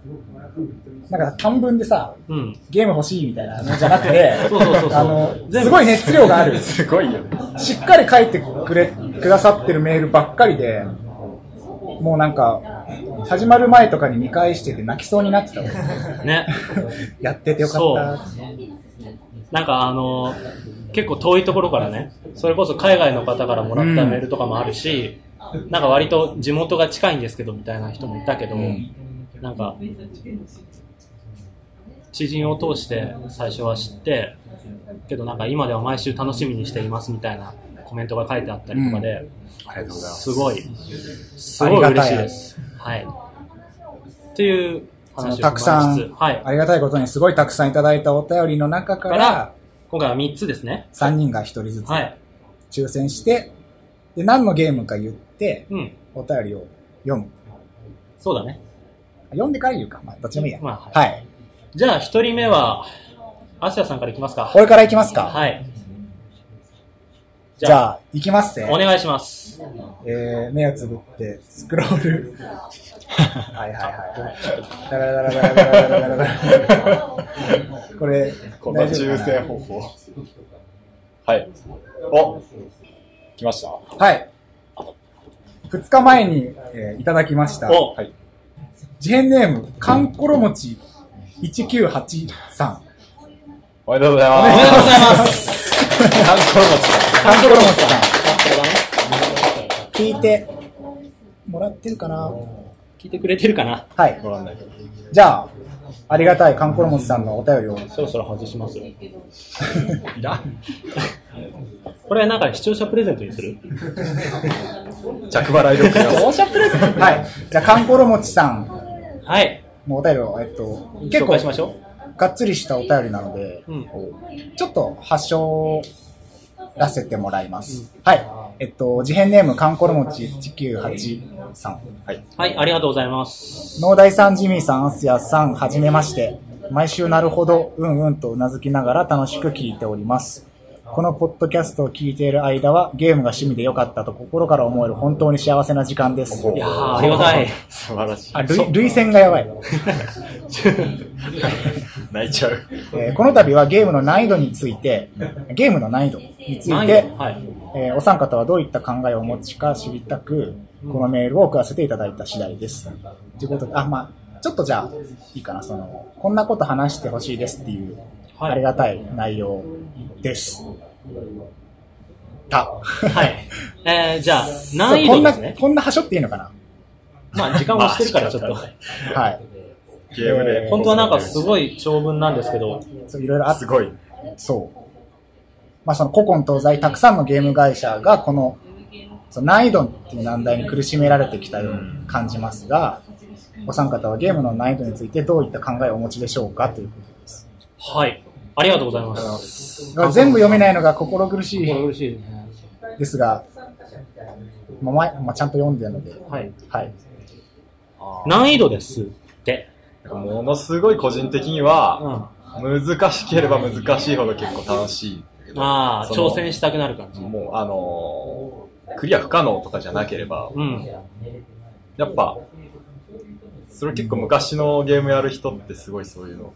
Speaker 1: なんか短文でさ、
Speaker 2: うん。、
Speaker 1: ゲーム欲しいみたいなのじゃなくて
Speaker 2: そうそうそうそう
Speaker 1: あの、
Speaker 2: 全部
Speaker 1: すごい熱量があ る。
Speaker 4: すごいよ。
Speaker 1: しっかり書いてくれ、くださってるメールばっかりで、もうなんか、始まる前とかに見返してて泣きそうになってた もん
Speaker 2: ね。
Speaker 1: やっててよかった。
Speaker 2: なんかあの結構遠いところからね、それこそ海外の方からもらったメールとかもあるし、なんか割と地元が近いんですけどみたいな人もいたけど、
Speaker 4: ん
Speaker 2: なんか、知人を通して最初は知って、けどなんか今では毎週楽しみにしていますみたいなコメントが書いてあったりとかで、
Speaker 4: ありがとうございます。
Speaker 2: すごい、す
Speaker 1: あ
Speaker 2: ご
Speaker 1: り
Speaker 2: い
Speaker 1: が
Speaker 2: 嬉
Speaker 1: た
Speaker 2: し
Speaker 1: い
Speaker 2: いです。はい。っていう
Speaker 1: そ
Speaker 2: 話
Speaker 1: の
Speaker 2: を
Speaker 1: たくさん、
Speaker 2: 踏まえつつはい。
Speaker 1: ありがたいことにすごいたくさんいただいたお便りの中か
Speaker 2: から
Speaker 1: ら、
Speaker 2: 今回は3つですね。
Speaker 1: 3人が1人ずつ
Speaker 2: はい。
Speaker 1: 抽選して、で、何のゲームか言って、
Speaker 2: うん。
Speaker 1: お便りを読む。
Speaker 2: そうだね。
Speaker 1: 読んでから言うか。まあ、どっちでもいいや。
Speaker 2: まあ、は
Speaker 1: はい。
Speaker 2: い。じゃあ、1人目は、アシアさんからいきますか
Speaker 1: こ。れから行きますか。
Speaker 2: はい。
Speaker 1: じゃあ、行きますね
Speaker 2: お。願いします。
Speaker 1: えー、目をつぶって、スクロー ル。はいはいはいはい。ダラダラダラダラダラダラこれ、
Speaker 4: この
Speaker 1: 大丈夫
Speaker 4: 抽
Speaker 1: かな
Speaker 4: 選方法。はい。お来ました
Speaker 1: はい。2日前に、えーいただきました。
Speaker 2: お、
Speaker 4: はい。
Speaker 1: 事変ネーム、かんころもち1983。かんこ
Speaker 4: おめでとうござい
Speaker 2: おめでとう ご
Speaker 4: ます。
Speaker 2: ざいます。
Speaker 4: 観
Speaker 1: ろ
Speaker 4: 光餅。
Speaker 1: もちさん。聞いて、もらってるかな
Speaker 2: 聞いてくれてるかな
Speaker 1: はい。
Speaker 4: ご覧ないけど。
Speaker 1: じゃあ、ありがたいかんころもちさんのお便りを。
Speaker 2: そろそろ外し ますよ。
Speaker 4: いらん
Speaker 2: これなんか視聴者プレゼントにする
Speaker 4: 着払いで送ります。
Speaker 2: 者プレゼント
Speaker 1: はい。じゃあ、かんころもちさん
Speaker 2: はい。
Speaker 1: のお便りを、えっと、結
Speaker 2: 紹
Speaker 1: 構
Speaker 2: 介し、ましょ
Speaker 1: がっつりしたお便りなので、
Speaker 2: う。うん。
Speaker 1: ちょっと発祥を出せてもらいます。はい。えっと、事変ネーム、かんころもち1983。
Speaker 4: はい。
Speaker 2: はい、ありがとうございます。
Speaker 1: 農大さん、ジミーさん、アスヤさん、はじめまして。毎週なるほど、うんうんとうなずきながら楽しく聞いております。このポッドキャストを聞いている間は、ゲームが趣味でよかったと心から思える本当に幸せな時間です。
Speaker 4: お
Speaker 2: いやー、ありがたい。
Speaker 4: 素晴らしい。
Speaker 1: あ、類類線がやばい。
Speaker 4: 泣いちゃう。
Speaker 1: えーこの度はゲームの難易度について、ゲームの難易度について、
Speaker 2: はい。
Speaker 1: えーお三方はどういった考えをお持ちか知りたく、このメールを送らせていただいた次第です。ということで、あ、まあ、ちょっとじゃあ、いいかな、その、こんなこと話してほしいですっていう、
Speaker 2: はい
Speaker 1: ありがたい内容です。た。
Speaker 2: はい。えー、じゃあ、難易度ですね
Speaker 1: そうこんな、。こんなはしょっていいのかな
Speaker 2: まあ、時間をしてる からちょっ
Speaker 4: まあ仕方な
Speaker 2: と。
Speaker 1: はい。
Speaker 4: ゲームで。
Speaker 2: 本当はなんかすごい長文なんですけど、
Speaker 1: そういろいろあっ
Speaker 4: すごい。
Speaker 1: そう。まあその古今東西たくさんのゲーム会社がこのその難易度っていう難題に苦しめられてきたように感じますが、お三方はゲームの難易度についてどういった考えをお持ちでしょうかということです。
Speaker 2: はい。ありがとうございます。
Speaker 1: 全部読めないのが心苦し
Speaker 2: これ
Speaker 1: い
Speaker 2: 嬉しいですね。
Speaker 1: ですが、まあ前まあ、ちゃんと読んでるので、
Speaker 2: はい。
Speaker 1: はい。
Speaker 2: 難易度ですって。
Speaker 4: ものすごい個人的には、
Speaker 2: あ
Speaker 4: 難しければ難しいほど結構楽しい。
Speaker 2: あー、
Speaker 4: その
Speaker 2: 挑戦したくなる感じ。
Speaker 4: もう、あのークリア不可能とかじゃなければ、
Speaker 2: うん。
Speaker 4: やっぱ、それ結構昔のゲームやる人ってすごいそういうの好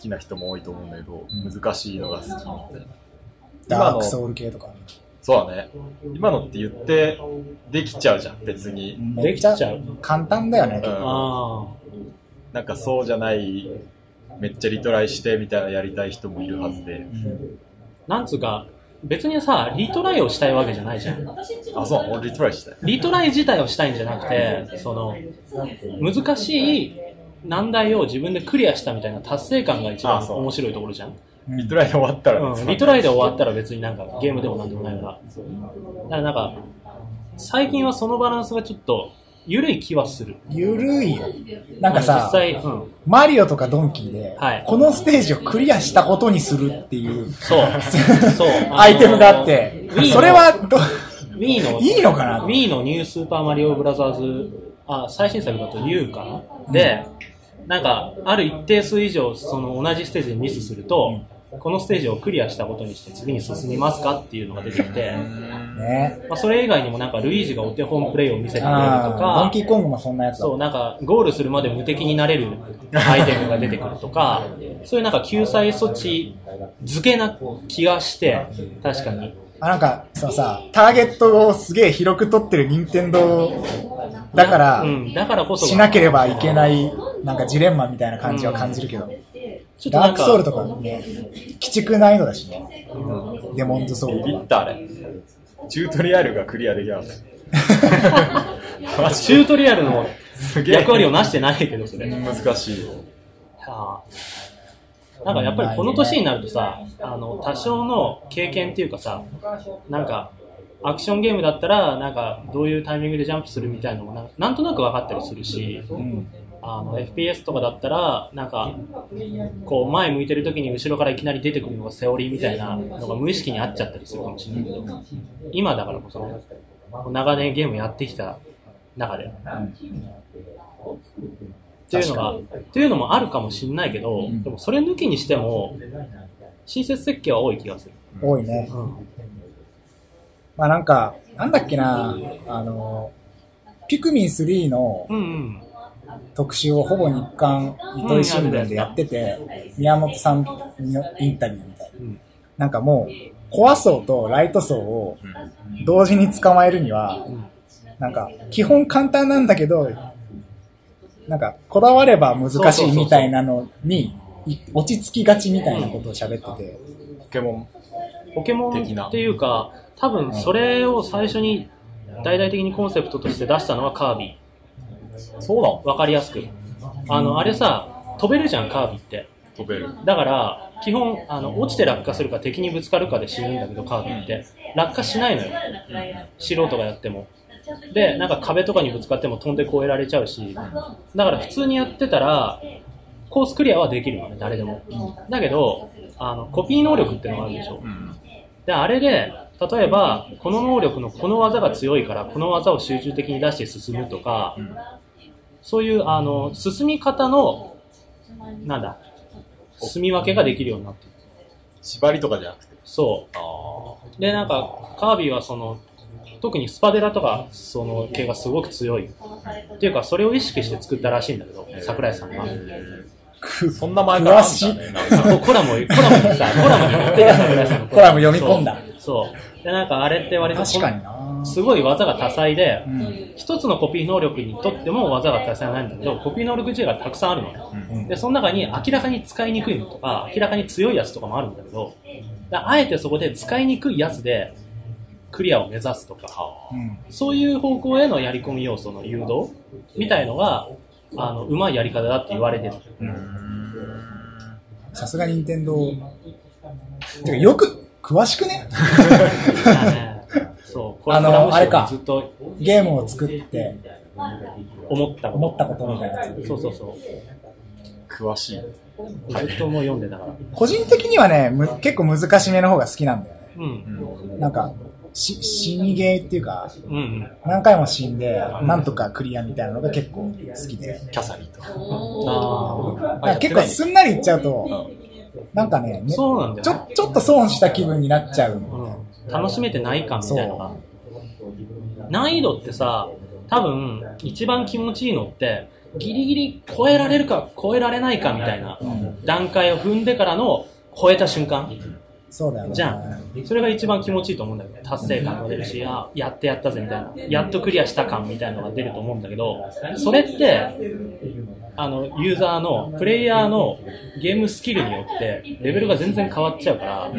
Speaker 4: きな人も多いと思うんだけど、難しいのが好き。今
Speaker 1: ダー
Speaker 4: の
Speaker 1: ク、ソウル系とか。
Speaker 4: そうだね。今のって言って、できちゃうじゃん、別に。
Speaker 2: できちゃう。
Speaker 1: 簡単だよね。
Speaker 4: うん
Speaker 2: あ
Speaker 4: なんかそうじゃない、めっちゃリトライしてみたいなやりたい人もいるはずで。
Speaker 2: あ。なんつうか、別にさ、リトライをしたいわけじゃないじゃん。
Speaker 4: あ、そう、俺リトライしたい。
Speaker 2: リトライ自体をしたいんじゃなくて、その、難しい難題を自分でクリアしたみたいな達成感が一番
Speaker 4: あそう
Speaker 2: 面白いところじゃん。
Speaker 1: うん
Speaker 4: リトライで終わったら、
Speaker 2: うん、リトライで終わったら別になんかゲームでもなんでもないから。だからなんか、最近はそのバランスがちょっと緩い気はする。
Speaker 1: ゆるいよ。なんかさ、
Speaker 2: 実際、うん、
Speaker 1: マリオとかドンキーで、
Speaker 2: はい
Speaker 1: このステージをクリアしたことにするっていう
Speaker 2: そう、 そう。
Speaker 1: アイテムがあって、
Speaker 2: Wii の
Speaker 1: それはど、
Speaker 2: Wii の、
Speaker 1: いいのかな
Speaker 2: ?Wii のニュースーパーマリオブラザーズ、あ、最新作だと U かなで、なんか、ある一定数以上、その同じステージでミスすると、このステージをクリアしたことにして次に進みますかっていうのが出てきて、
Speaker 1: ね。
Speaker 2: まあ、それ以外にもなんかルイージがお手本プレイを見せてくれると
Speaker 1: ああ、ドン
Speaker 2: か
Speaker 1: キ、ーコングもそんなやつだ
Speaker 2: そう、。なんかゴールするまで無敵になれるアイテムが出てくるとか、そういうなんか救済措置付けな気がして、確かに。
Speaker 1: あなんか、そのさ、ターゲットをすげえ広く取ってる任天堂だから、
Speaker 2: うん、だからこそが
Speaker 1: しなければいけない、なんかジレンマみたいな感じは感じるけど、
Speaker 2: ちょっと
Speaker 1: ダ
Speaker 2: な
Speaker 1: ー
Speaker 2: ん
Speaker 1: ク
Speaker 2: か
Speaker 1: ソウルとかね、鬼畜難易度だしね、デモンズソウル
Speaker 4: ビビ
Speaker 1: と
Speaker 4: ったあれ。チュートリアルがクリアできなかった。マジ
Speaker 2: チュートリアルの
Speaker 4: すげえ
Speaker 2: 役割をなしてないけど、それ。
Speaker 4: 難しいよ。
Speaker 2: ああなんかやっぱりこの年になるとさ、あの、多少の経験っていうかさ、なんか、アクションゲームだったら、なんか、どういうタイミングでジャンプするみたいなのもな、なんとなく分かったりするし、
Speaker 1: うん。
Speaker 2: あの、FPS とかだったら、なんか、こう、前向いてる時に後ろからいきなり出てくるのがセオリーみたいなのが無意識にあっちゃったりするかもしれないけど、今だからこそね、長年ゲームやってきた中で、っていうのが、っていうのもあるかもしれないけど、
Speaker 1: うん
Speaker 2: でもそれ抜きにしても、親切設計は多い気がする。
Speaker 1: 多いね。まあなんか、なんだっけな、あの、ピクミン3の
Speaker 2: うんうん。
Speaker 1: 特集をほぼ日刊、糸井新聞でやってて、宮本さんにインタビューみたいな。
Speaker 2: うん
Speaker 1: なんかもう、コア層とライト層を同時に捕まえるには、
Speaker 2: うん
Speaker 1: なんか、基本簡単なんだけど、なんか、こだわれば難しいみたいなのに、い落ち着きがちみたいなことを喋ってて、
Speaker 4: ポケモン。
Speaker 2: ポケモンっていうか、多分それを最初に大々的にコンセプトとして出したのはカービ
Speaker 4: そうなの
Speaker 2: ィ。わかりやすく。あの、あれさ、飛べるじゃん、カービィって。
Speaker 4: 飛べる。
Speaker 2: だから、基本、あの、落ちて落下するか敵にぶつかるかで死ぬんだけど、カービィって。落下しないのよ。素人がやっても。で、なんか壁とかにぶつかっても飛んで越えられちゃうし。だから普通にやってたら、コースクリアはできるのね、誰でも。だけど、あの、コピー能力ってのがあるでしょ。
Speaker 4: うん。
Speaker 2: で、あれで、例えば、この能力のこの技が強いから、この技を集中的に出して進むとか、
Speaker 4: うん
Speaker 2: そういう、あの、進み方の、なんだ、進み分けができるようになってる。
Speaker 4: 縛りとかじゃなくて。
Speaker 2: そ
Speaker 4: あ
Speaker 2: う。で、なんか、カービィはその、特にスパデラとか、その系がすごく強い。っていうか、それを意識して作ったらしいんだけど、桜井さんが。
Speaker 4: あ。そんな前からあったんだね。
Speaker 2: そうコラムを、コラムにさ、コラムに持ってきた桜井さんの
Speaker 1: コラム読み込んだ。
Speaker 2: そう。そう。で、なんかあれって割と、
Speaker 1: 確かにな
Speaker 2: すごい技が多彩で、
Speaker 1: うん。
Speaker 2: 一つのコピー能力にとっても技が多彩なんだけど、コピー能力自体がたくさんあるのね。
Speaker 1: うん
Speaker 2: で、その中に明らかに使いにくいのとか、明らかに強いやつとかもあるんだけど、だあえてそこで使いにくいやつでクリアを目指すとか、
Speaker 1: うん
Speaker 2: そういう方向へのやり込み要素の誘導みたいのが、あの、うまいやり方だって言われ てる。
Speaker 1: さすが任天堂。てか、よく、詳しくね
Speaker 2: だねそう、これ
Speaker 1: あの
Speaker 2: コラム集
Speaker 1: あれか
Speaker 2: ずっと
Speaker 1: ゲームを作って、
Speaker 2: 思ったこと。
Speaker 1: 思ったことみたいなやつ
Speaker 2: そうそうそ
Speaker 4: 詳しい。
Speaker 2: う。ずっともう読んでたから。
Speaker 1: 個人的にはね、む結構難しめの方が好きなんだよね。
Speaker 2: うん。
Speaker 1: なんか、し、死にゲーっていうか、
Speaker 2: うんうん。
Speaker 1: 何回も死んで、なんとかクリアみたいなのが結構好きで。
Speaker 4: キャサリンとか。
Speaker 2: あ
Speaker 1: なんか結構すんなりいっちゃうと、なんかね、
Speaker 2: あ、
Speaker 1: ね
Speaker 2: そうなんだ
Speaker 1: ち
Speaker 2: よ、
Speaker 1: ょ、ちょっと損した気分になっちゃう。
Speaker 2: うん。楽しめてない感みたいなのが。難易度ってさ、多分、一番気持ちいいのって、ギリギリ超えられるか超えられないかみたいな段階を踏んでからの超えた瞬間
Speaker 1: そうだよね。
Speaker 2: じゃん。それが一番気持ちいいと思うんだけど、達成感が出るし、あ、やってやったぜみたいな、やっとクリアした感みたいなのが出ると思うんだけど、それって、あの、ユーザーの、プレイヤーのゲームスキルによって、レベルが全然変わっちゃうから、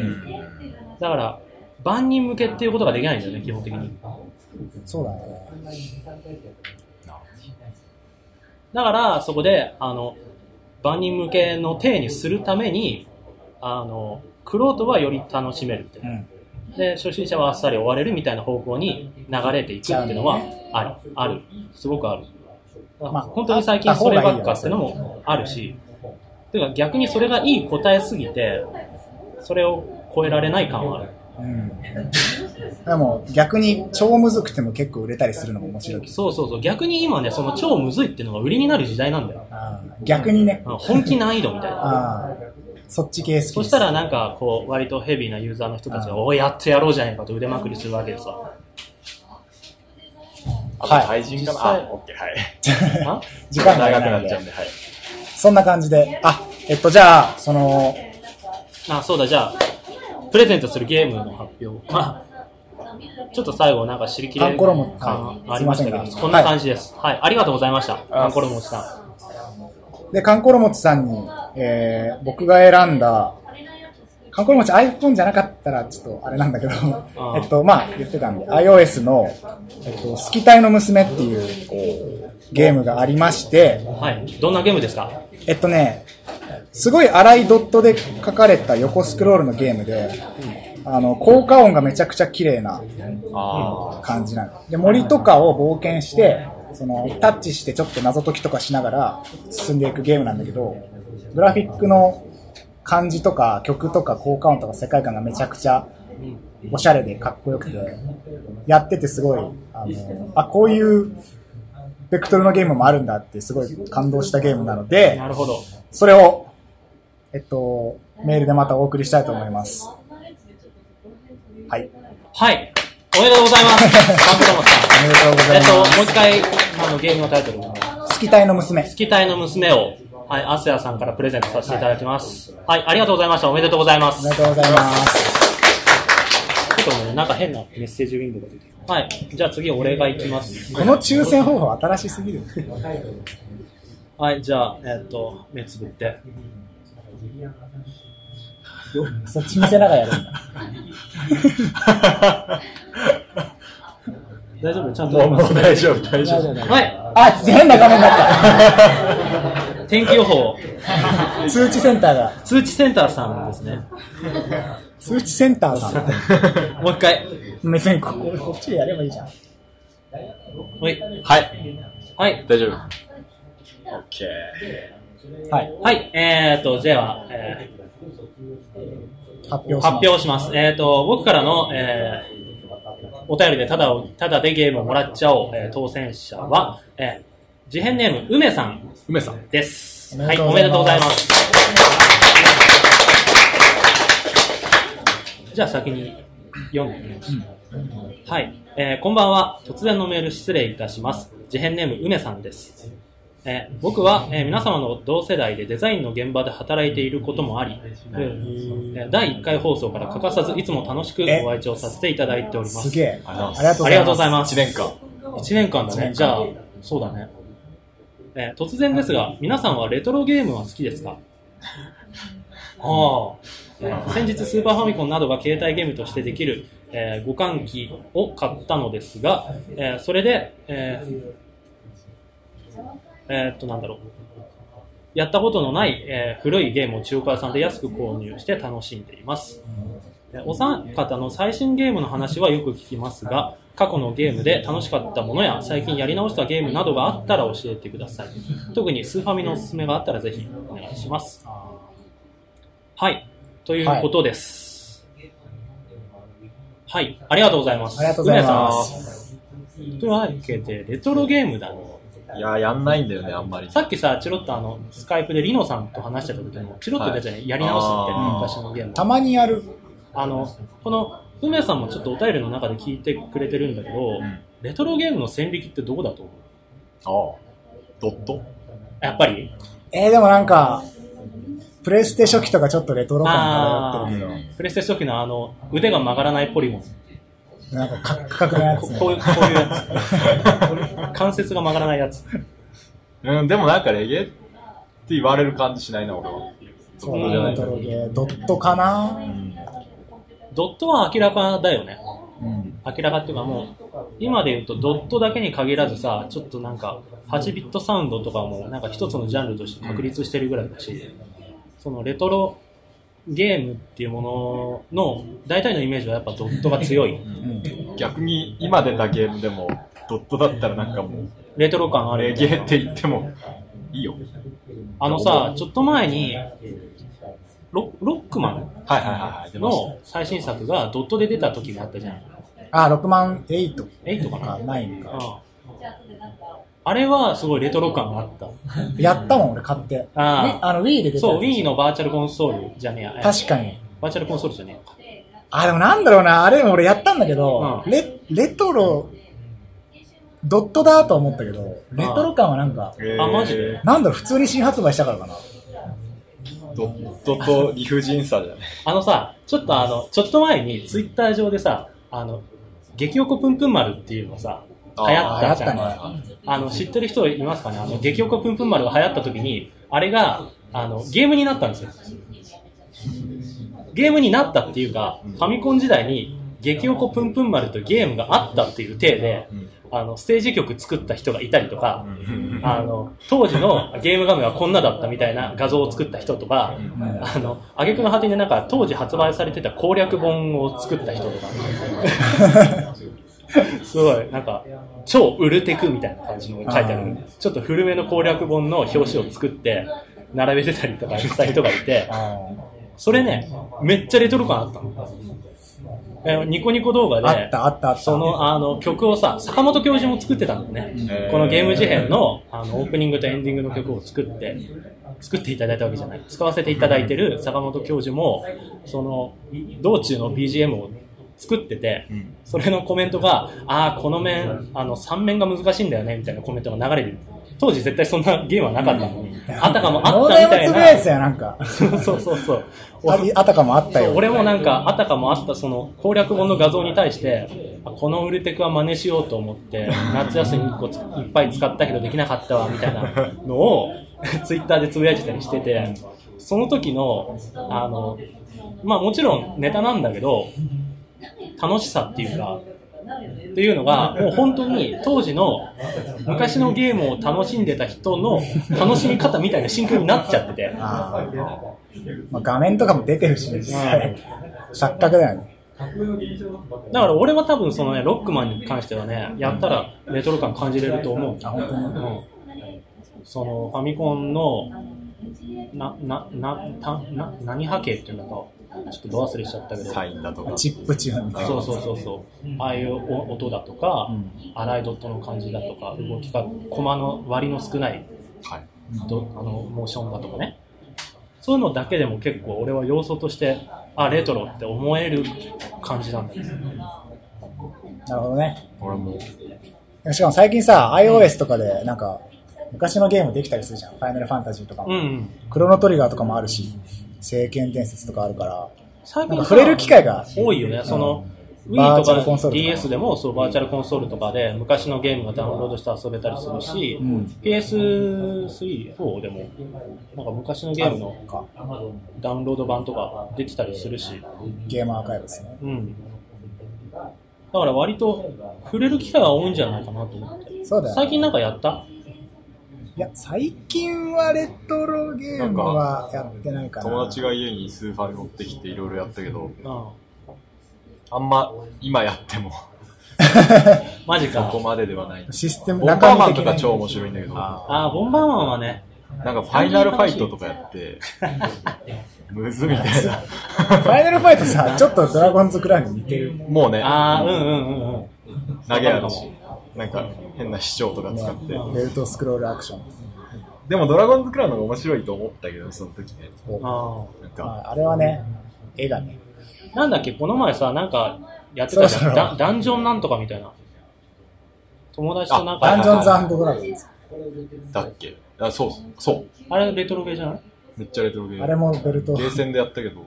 Speaker 2: だから、万人向けっていうことができないんだよね、基本的に。
Speaker 1: そうだね。
Speaker 2: だから、そこで、あの、万人向けの体にするために、あの、クロートはより楽しめるって。
Speaker 1: うん。
Speaker 2: で、初心者はあっさり終われるみたいな方向に流れていくっていうのはある。ある。すごくある。
Speaker 1: まあ
Speaker 2: 本当に最近そればっかってのもあるし、てか逆にそれがいい答えすぎて、それを超えられない感はある。
Speaker 1: うん。でも、逆に超むずくても結構売れたりするのも面白いけど。
Speaker 2: そうそうそう。逆に今ね、その超むずいっていうのが売りになる時代なんだよ。
Speaker 1: あー逆にね。
Speaker 2: うん本気難易度みたいな。
Speaker 1: ああ、そっち系好きです
Speaker 2: そしたらなんかこう割とヘビーなユーザーの人たちが、おいやってやろうじゃないかと腕まくりするわけでさ。
Speaker 1: はい
Speaker 4: 対人かな
Speaker 2: 実際
Speaker 4: あ、オッケー、はい。
Speaker 2: あ
Speaker 1: 時間が
Speaker 4: 長く
Speaker 1: な
Speaker 4: ないっ
Speaker 1: ん
Speaker 4: ちゃう
Speaker 1: で
Speaker 4: ん。で、はい。
Speaker 1: そんな感じで。あ、えっと、じゃあ、その、
Speaker 2: あ、そうだ、じゃあ、プレゼントするゲームの発表。まあ、ちょっと最後なんか知りきれ
Speaker 1: カンコロム
Speaker 2: 感
Speaker 1: はい
Speaker 2: ありましたけ
Speaker 1: すいま
Speaker 2: ど、
Speaker 1: せんが
Speaker 2: こんな感じです。はい、ありがとうございました。カンコロムおじさん。
Speaker 1: で、カンコロモチさんに、えー、僕が選んだ、カンコロモチ iPhone じゃなかったら、ちょっとあれなんだけど、
Speaker 2: ん
Speaker 1: えっと、まあ、言ってたんで、iOS の、えっと、好き隊の娘っていうゲームがありまして、
Speaker 2: はい、どんなゲームですか
Speaker 1: えっとね、すごい荒いドットで書かれた横スクロールのゲームで、あの、効果音がめちゃくちゃ綺麗な
Speaker 4: あ
Speaker 1: 感じなの。で、森とかを冒険して、その、タッチしてちょっと謎解きとかしながら進んでいくゲームなんだけど、グラフィックの感じとか曲とか効果音とか世界観がめちゃくちゃおしゃれでかっこよくて、やっててすごい、あの、あ、こういうベクトルのゲームもあるんだってすごい感動したゲームなので
Speaker 2: な、るほど。
Speaker 1: それを、えっと、メールでまたお送りしたいと思います。はい。
Speaker 2: はい。おめでとうございます。 バクトモさ
Speaker 1: おめでとうご
Speaker 2: ん。
Speaker 1: ざ
Speaker 2: え
Speaker 1: い
Speaker 2: っ
Speaker 1: ま
Speaker 2: と、
Speaker 1: す。
Speaker 2: もう一回、あの、ゲームのタイトルを。
Speaker 1: 好き隊の娘。
Speaker 2: 月体の娘を、はい、アスヤさんからプレゼントさせていただきます。はい、ありがとうございました。おめでとうございま
Speaker 1: お
Speaker 2: す。
Speaker 1: めでとうございます。
Speaker 2: ちょっとね、なんか変なメッセージウィンドウが出てる。はい、じゃあ次俺が行きます。
Speaker 1: この抽選方法新しすぎる。
Speaker 2: はい、じゃあ、えっと、目つぶって。
Speaker 1: そっち見せながらやるんだ。
Speaker 2: 大丈夫 ちゃんと
Speaker 4: もう
Speaker 2: やりま
Speaker 4: も
Speaker 2: す
Speaker 4: う大丈夫大丈夫
Speaker 2: は
Speaker 1: あ、変な画面だっ
Speaker 2: い、天気予報、
Speaker 1: た。通知センターが。
Speaker 2: 通知センターさんですね。
Speaker 1: 通知センターさ
Speaker 2: もう一回。
Speaker 1: ん。別にここ、こっちでやればいいじゃん。
Speaker 2: はい。
Speaker 4: はい
Speaker 2: はい。
Speaker 4: 大丈夫
Speaker 3: OK。
Speaker 1: はい。
Speaker 2: はい。えっ、ー、と、では、えー
Speaker 1: 発表します。
Speaker 2: 発表します。えっ、と、僕からの、えーお便りでただを、ただでゲームをもらっちゃおう、えー当選者は、えー、事変ネーム、梅さん
Speaker 4: 梅さん
Speaker 2: です。
Speaker 1: お
Speaker 2: は
Speaker 1: めでと
Speaker 2: い、
Speaker 1: う
Speaker 2: お
Speaker 1: ご
Speaker 2: め
Speaker 1: ざいます
Speaker 2: でとうございます。じゃあ先に読んでみましょうはい、えーこんばんは。突然のメール失礼いたします。事変ネーム、梅さんです。えー僕は、えー皆様の同世代でデザインの現場で働いていることもあり、うんえー第1回放送から欠かさずいつも楽しくご愛聴させていただいております。
Speaker 1: すげえ。
Speaker 4: あ
Speaker 1: ありがとう
Speaker 2: あ
Speaker 1: ご
Speaker 2: り
Speaker 1: ざ
Speaker 2: が
Speaker 1: い
Speaker 2: とうご
Speaker 1: ます。
Speaker 2: ざいます。
Speaker 4: 1
Speaker 2: 1
Speaker 4: 年間
Speaker 2: 年間だね。
Speaker 1: 一年間
Speaker 2: じゃあ、そうだね。えー突然ですが、皆さんはレトロゲームは好きですかああ、えー先日スーパーファミコンなどが携帯ゲームとしてできる、えー、互換機を買ったのですが、えーそれで、えーえーっと、なんだろう。やったことのない、えー古いゲームを中古屋さんで安く購入して楽しんでいます。えーお三方の最新ゲームの話はよく聞きますが、過去のゲームで楽しかったものや最近やり直したゲームなどがあったら教えてください。特にスーファミのおすすめがあったらぜひお願いします。はい。ということです。はい。ありがとうございます。
Speaker 1: ありがとうございます
Speaker 2: 梅さん。というわけで、レトロゲームだね。
Speaker 4: いややんないんだよねあんまり
Speaker 2: さっきさ、チロッとあの、スカイプでリノさんと話してた時も、チロッと出たじゃない、やり直すみたいな
Speaker 4: あー
Speaker 2: 昔のゲーム。
Speaker 1: たまにやる。
Speaker 2: あの、この、梅さんもちょっとお便りの中で聞いてくれてるんだけど、
Speaker 4: ん
Speaker 2: レトロゲームの線引きってどこだと思う
Speaker 4: ああドット
Speaker 2: やっぱり
Speaker 1: えー、でもなんか、プレステ初期とかちょっとレトロ感漂
Speaker 2: あ
Speaker 1: っ
Speaker 2: あ
Speaker 1: てる
Speaker 2: ー、プレステ初期のあの、腕が曲がらないポリゴン。
Speaker 1: けど、なんかカッカクなやつ
Speaker 2: こ
Speaker 1: ね。
Speaker 2: こういう、こういうやつ。関 節が曲がらないやつ。
Speaker 4: うんでもなんかレゲエって言われる感じしないな俺はド
Speaker 1: そう
Speaker 4: ットじゃな
Speaker 1: レ
Speaker 4: い
Speaker 1: トロゲー。ドットかな
Speaker 4: うん
Speaker 2: ドットは明らかだよね。
Speaker 1: うん。
Speaker 2: 明らかっていうかもう、今で言うとドットだけに限らずさ、ちょっとなんか、8ビットサウンドとかもなんか一つのジャンルとして確立してるぐらいだし、そのレトロゲームっていうものの大体のイメージはやっぱドットが強い。
Speaker 1: うん。
Speaker 4: 逆に今出たゲームでもドットだったらなんかもう
Speaker 2: レトロ感ある
Speaker 4: レ
Speaker 2: よ
Speaker 4: ゲ
Speaker 2: ね。
Speaker 4: エって言ってもいいよ
Speaker 2: あのさ、ちょっと前に、ロロックマン
Speaker 4: はいはいはいはい出ました
Speaker 2: の最新作がドットで出た時があったじゃん。
Speaker 1: あ、6万8と
Speaker 2: 8か
Speaker 1: か
Speaker 2: な
Speaker 1: 9か。
Speaker 2: あれはすごいレトロ感があった。
Speaker 1: やったもん、俺買って。
Speaker 2: あー
Speaker 1: ねあの、Wii で出たや
Speaker 2: そう、
Speaker 1: つ
Speaker 2: Wii のバーチャルコンソールじゃねえや。
Speaker 1: 確かに。
Speaker 2: バーチャルコンソールじゃねえか。
Speaker 1: あ、でもなんだろうな、あれも俺やったんだけど、
Speaker 2: う
Speaker 1: レレトロ、ドットだと思ったけど、レトロ感はなんか、
Speaker 4: えー
Speaker 2: あマジで
Speaker 1: なんだろう、普通に新発売したからかな。
Speaker 4: ドットと理不尽さじゃない
Speaker 2: あのさ、ちょっとあの、ちょっと前にツイッター上でさ、あの、激おこぷんぷん丸っていうのさ、流行ったじゃん。
Speaker 1: 流行
Speaker 2: あ
Speaker 1: った
Speaker 4: ね
Speaker 2: の、知ってる人いますかねあの、激おこぷんぷん丸が流行った時に、あれが、あの、ゲームになったんですよ。ゲームになったっていうか、ファミコン時代に、激おこぷんぷん丸とゲームがあったっていう体で、
Speaker 4: ん
Speaker 2: あの、ステージ曲作った人がいたりとか、あの、当時のゲーム画面はこんなだったみたいな画像を作った人とか、あの、挙句の果てになんか当時発売されてた攻略本を作った人とか、すごい、なんか、超ウルテクみたいな感じの書いてある、ちょっと古めの攻略本の表紙を作って、並べてたりとかした人がいて、それね、めっちゃレトロ感あったの。えニコニコ動画で、
Speaker 1: あったあったあった
Speaker 2: そのあの曲をさ、坂本教授も作ってたんだよね。このゲーム事変のあのオープニングとエンディングの曲を作って、作っていただいたわけじゃない。使わせていただいてる坂本教授も、その道中の BGM を作ってて、それのコメントが、ああ、この面、あの3面が難しいんだよねみたいなコメントが流れてる。当時絶対そんなゲームはなかったのに、あたかもあっ
Speaker 1: 農
Speaker 2: た
Speaker 1: 大
Speaker 2: みた
Speaker 1: も
Speaker 2: い
Speaker 1: つぶやい
Speaker 2: な
Speaker 1: て。たよ、なんか。
Speaker 2: そうそうそうそう。
Speaker 1: ああたかもあった
Speaker 2: そう
Speaker 1: よ。
Speaker 2: 俺もなんかあたかもあったその攻略本の画像に対してあこのウルテクは真似しようと思 って夏休み1個ついっぱい使ったけどできなかったわみたいなの をツイッターでつぶやいてたりしててその時のあのまあもちろんネタなんだけど楽しさっていうかっていうのがもう本当に当時の昔のゲームを楽しんでた人の楽しみ方みたいな心境になっちゃってて。
Speaker 1: あーまあ、画面とかも出てるし、実際。錯覚だよね。
Speaker 2: だから俺は多分そのね、ロックマンに関してはね、やったらレトロ感感じれると思う。うんそのファミコンの、な、な、な、たな何波形っていうのか、ちょっとど忘れしちゃったけど。
Speaker 4: サインだとか。
Speaker 1: チップチューンみたいな。
Speaker 2: そうそうそうそう。ああいうお音だとか、
Speaker 1: うん
Speaker 2: 粗いドットの感じだとか、動きが、コマの割の少ない
Speaker 4: はい。
Speaker 2: どあのモーションだとかねそういうのだけでも結構俺は要素としてあレトロって思える感じなんだよ
Speaker 1: なるほどね。
Speaker 4: 俺も、
Speaker 1: しかも最近さ、iOS とかで、なんか、昔のゲームできたりするじゃん。ファイナルファンタジーとか
Speaker 2: う
Speaker 1: も。
Speaker 2: ん
Speaker 1: クロノトリガーとかもあるし、聖剣伝説とかあるから、
Speaker 2: 最
Speaker 1: なん
Speaker 2: 近
Speaker 1: か触れる機会が
Speaker 2: 多いよねその、
Speaker 1: バー
Speaker 2: Wii
Speaker 1: チャルコンソー
Speaker 2: とか
Speaker 1: ルとか
Speaker 2: DS でもそうバーチャルコンソールとかで昔のゲームがダウンロードして遊べたりするし、
Speaker 1: うん
Speaker 2: PS3、4でもなんか昔のゲームの
Speaker 1: か
Speaker 2: ダウンロード版とか出てたりするし、
Speaker 1: ゲームアーカイブですね。
Speaker 2: うん、だから割と触れる機会が多いんじゃないかなと思って。
Speaker 1: そうだよ、
Speaker 2: 最
Speaker 1: ね。
Speaker 2: 近なんかやった
Speaker 1: いや、最近はレトロゲームはやってないかな。
Speaker 4: 友達が家にスーファミ持ってきていろいろやったけど、
Speaker 2: うん。
Speaker 4: あんま今やっても、
Speaker 2: マジ
Speaker 4: そ
Speaker 2: か
Speaker 4: こ。までではない。
Speaker 1: システム、
Speaker 4: ボンバーマンと
Speaker 1: な
Speaker 4: か超面白いんだけど、なん
Speaker 2: あー、ボンバーマンはね、
Speaker 4: かファイナルファイトとかやって、むずみたい な。
Speaker 1: ファイナルファイトさ、ちょっとドラゴンズクラウンに似てる。
Speaker 4: もうね、
Speaker 2: あー、うんうんうんうん。
Speaker 4: 投げあるし、なんか変な市長とか使って。
Speaker 1: ベルトスクロールアクション。
Speaker 4: でもドラゴンズクラウンの方が面白いと思ったけど、その時ね。
Speaker 2: あ
Speaker 4: なん
Speaker 1: ま
Speaker 4: か、
Speaker 1: あ、あれはね、絵がね。
Speaker 2: ーなんだっけ、この前さ、なんかやってたじ
Speaker 1: そ
Speaker 2: ゃ
Speaker 1: ろ
Speaker 2: ん。
Speaker 1: そろ
Speaker 2: ダンダンジョンなんとかみたいな。友達となんか、
Speaker 1: ダンジョン
Speaker 2: あ
Speaker 1: ズドラゴンズ。
Speaker 4: だっけあ、そうそう、
Speaker 2: れレトロゲーじゃない
Speaker 4: めっちゃレトロゲーム。
Speaker 1: あれもベルト。
Speaker 4: ゲーセンでやったけど、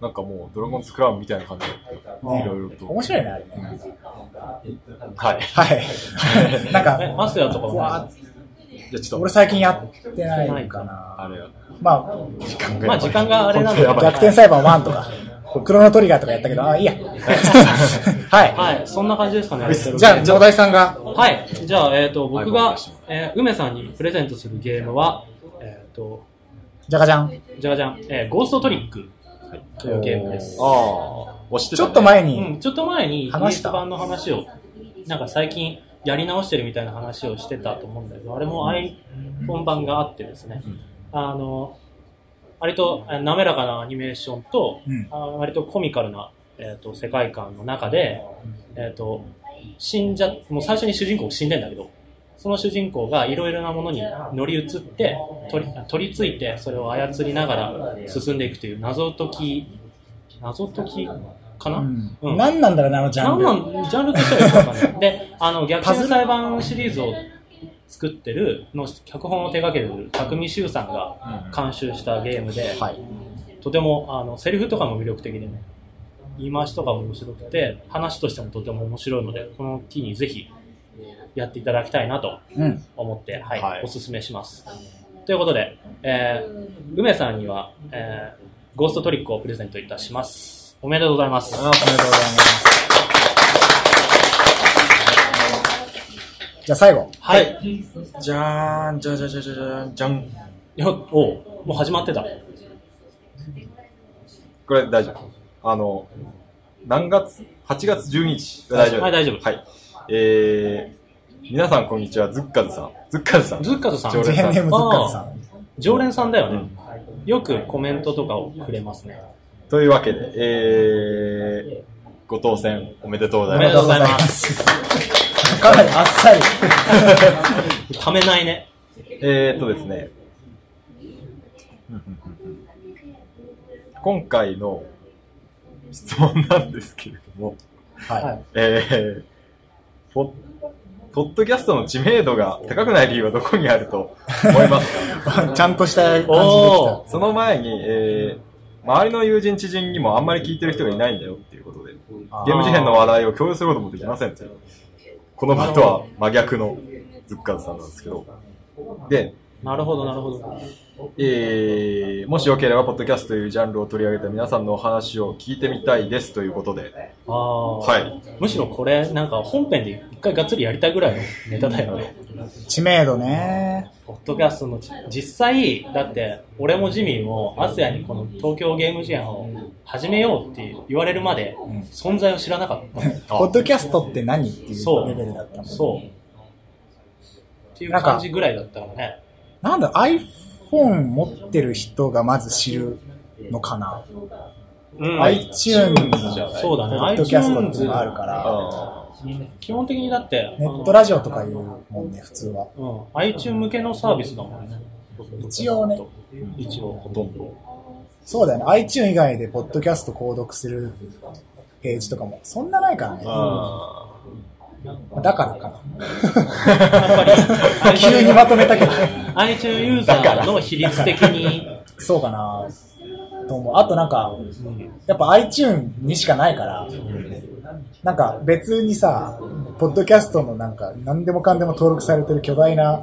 Speaker 4: なんかもうドラゴンズクラウンみたいな感じだったよ。いろいろと。
Speaker 1: 面白いね、あれね。
Speaker 4: はい。
Speaker 1: はい。なん
Speaker 2: え、
Speaker 1: か、
Speaker 2: マスヤとか
Speaker 1: ふ
Speaker 2: も
Speaker 1: わ
Speaker 2: ない。
Speaker 4: じゃあちょっ
Speaker 1: 俺
Speaker 4: と、
Speaker 1: 最近やってないか
Speaker 4: あ
Speaker 1: な。
Speaker 4: れは、
Speaker 1: まあ、
Speaker 4: 時間
Speaker 2: まあ時間があれなんで
Speaker 4: 本当や
Speaker 1: 逆
Speaker 4: ばい。
Speaker 1: 転裁判1とか、クロノトリガーとかやったけど、あ、いいや。 は
Speaker 2: はい、そんな感じですかね。レ
Speaker 1: い。
Speaker 2: トロゲー
Speaker 1: じゃあ、城代さんが、
Speaker 2: はい、じゃあ、えっ、と、僕
Speaker 4: はい
Speaker 2: が
Speaker 4: 僕出しま、
Speaker 2: えー梅さんにプレゼントするゲームは、えっ、と、
Speaker 1: じゃがじゃん。
Speaker 2: じゃがじゃん、えーゴーストトリックというゲームです。
Speaker 4: ああ、押して
Speaker 1: ち
Speaker 4: た
Speaker 1: ょ
Speaker 4: ね
Speaker 1: っと前
Speaker 2: うん、
Speaker 1: に、
Speaker 2: ちょっと前に、
Speaker 1: 話した
Speaker 2: DS 版の話を、なんか最近やり直してるみたいな話をしてたと思うんだけど、あれも iPhone 版があってですね、あの、割とあ滑らかなアニメーションと、
Speaker 1: うん
Speaker 2: あ割とコミカルな、えー、と世界観の中で、えっ、と、死んじゃ、もう最初に主人公死んでんだけど、その主人公がいろいろなものに乗り移って取り、取り付いて、それを操りながら進んでいくという謎解き、謎解きかな、
Speaker 1: うん
Speaker 2: うん
Speaker 1: 何なんだろうね、あのジャンル。
Speaker 2: なんなんジャンルとしてはよくわかんない。で、あの、逆転裁判シリーズを作ってる、の脚本を手掛ける匠修さんが監修したゲームで、
Speaker 1: はい
Speaker 2: とても、あの、セリフとかも魅力的でね、言い回しとかも面白くて、話としてもとても面白いので、この機にぜひやっていただきたいなと
Speaker 1: うん。
Speaker 2: 思って、はい、
Speaker 4: はい
Speaker 2: おすすめします。ということで、えー、梅さんには、えー、ゴーストトリックをプレゼントいたします。おめでとうございます。
Speaker 1: おめでとうございます。じゃあ最後。
Speaker 2: はい。
Speaker 4: じゃーん、じゃじゃじゃじゃじゃん、じゃん。
Speaker 2: よおうもう始まってた。
Speaker 4: これ大丈夫。あの、何月 ?8 月12日。大丈夫。
Speaker 2: はい大丈夫
Speaker 4: はい。えー、皆さんこんにちは、ズッカズさん。ズッカズさん。
Speaker 2: ズッカズさん
Speaker 4: 常、
Speaker 1: ジ
Speaker 4: 連
Speaker 1: ェンネームズッカズさ
Speaker 2: あ
Speaker 1: ん。。
Speaker 2: 常連さんだよ
Speaker 4: う
Speaker 2: ね
Speaker 4: ん。
Speaker 2: よくコメントとかをくれますね。
Speaker 4: というわけで、えー、ご当選おめでとうござい
Speaker 2: おめ
Speaker 4: ま。
Speaker 2: ですとうございます
Speaker 1: かなりあっさり。
Speaker 2: ためないね。
Speaker 4: えーっとですね。うんうんうんうん 今回の質問なんですけれども、
Speaker 1: はい。
Speaker 4: えー、ポッポッドキャストの知名度が高くない理由はどこにあると思います か
Speaker 1: ちゃんとした感じできた。
Speaker 2: お
Speaker 4: その前に、えー、周りの友人知人にもあんまり聞いてる人がいないんだよっていうことで、ゲーム事変の話題を共有することもできませんというこの場とは真逆のズッカーズさんなんですけど。で、
Speaker 2: なるほど、なるほど。
Speaker 4: えーもしよければ、ポッドキャストというジャンルを取り上げた皆さんのお話を聞いてみたいですということで、
Speaker 2: ああ。
Speaker 4: はい。
Speaker 2: むしろこれ、なんか本編で一回がっつりやりたいぐらいのネタだよね。
Speaker 1: 知名度ね。
Speaker 2: ポッドキャストのち実際、だって俺もジミーもアスヤにこの東京ゲーム事変を始めようって言われるまで存在を知らなかった。
Speaker 1: ポッドキャストって何っていう
Speaker 2: そう
Speaker 1: レベルだったもんね
Speaker 2: そう。っていう感じぐらいだったからね。
Speaker 1: なんだ、iPhone 持ってる人がまず知るのかな。
Speaker 2: うん。
Speaker 1: iTunes
Speaker 4: じゃない
Speaker 2: そうだ
Speaker 1: ポ
Speaker 2: ね。
Speaker 1: ッドキャストっていう
Speaker 2: iTunes
Speaker 1: のがあるから、
Speaker 4: あ
Speaker 2: 基本的にだって、
Speaker 1: ネットラジオとかいうもんね、普通は。
Speaker 2: あのうん。iTunes 向けのサービスだもんね。
Speaker 1: 一応ね。
Speaker 2: 一応。
Speaker 4: ーほとんど。
Speaker 1: そうだよね、iTunes 以外でポッドキャスト購読するページとかも、そんなないからね。
Speaker 4: あ
Speaker 1: だからか
Speaker 2: やっぱ
Speaker 1: な。
Speaker 2: り、
Speaker 1: 急にまとめたけど、
Speaker 2: iTunes ユーザーの比率的に、
Speaker 1: そうかなと思う。あとなんか、やっぱ iTunes にしかないから、なんか別にさ、ポッドキャストのなんか何でもかんでも登録されてる巨大な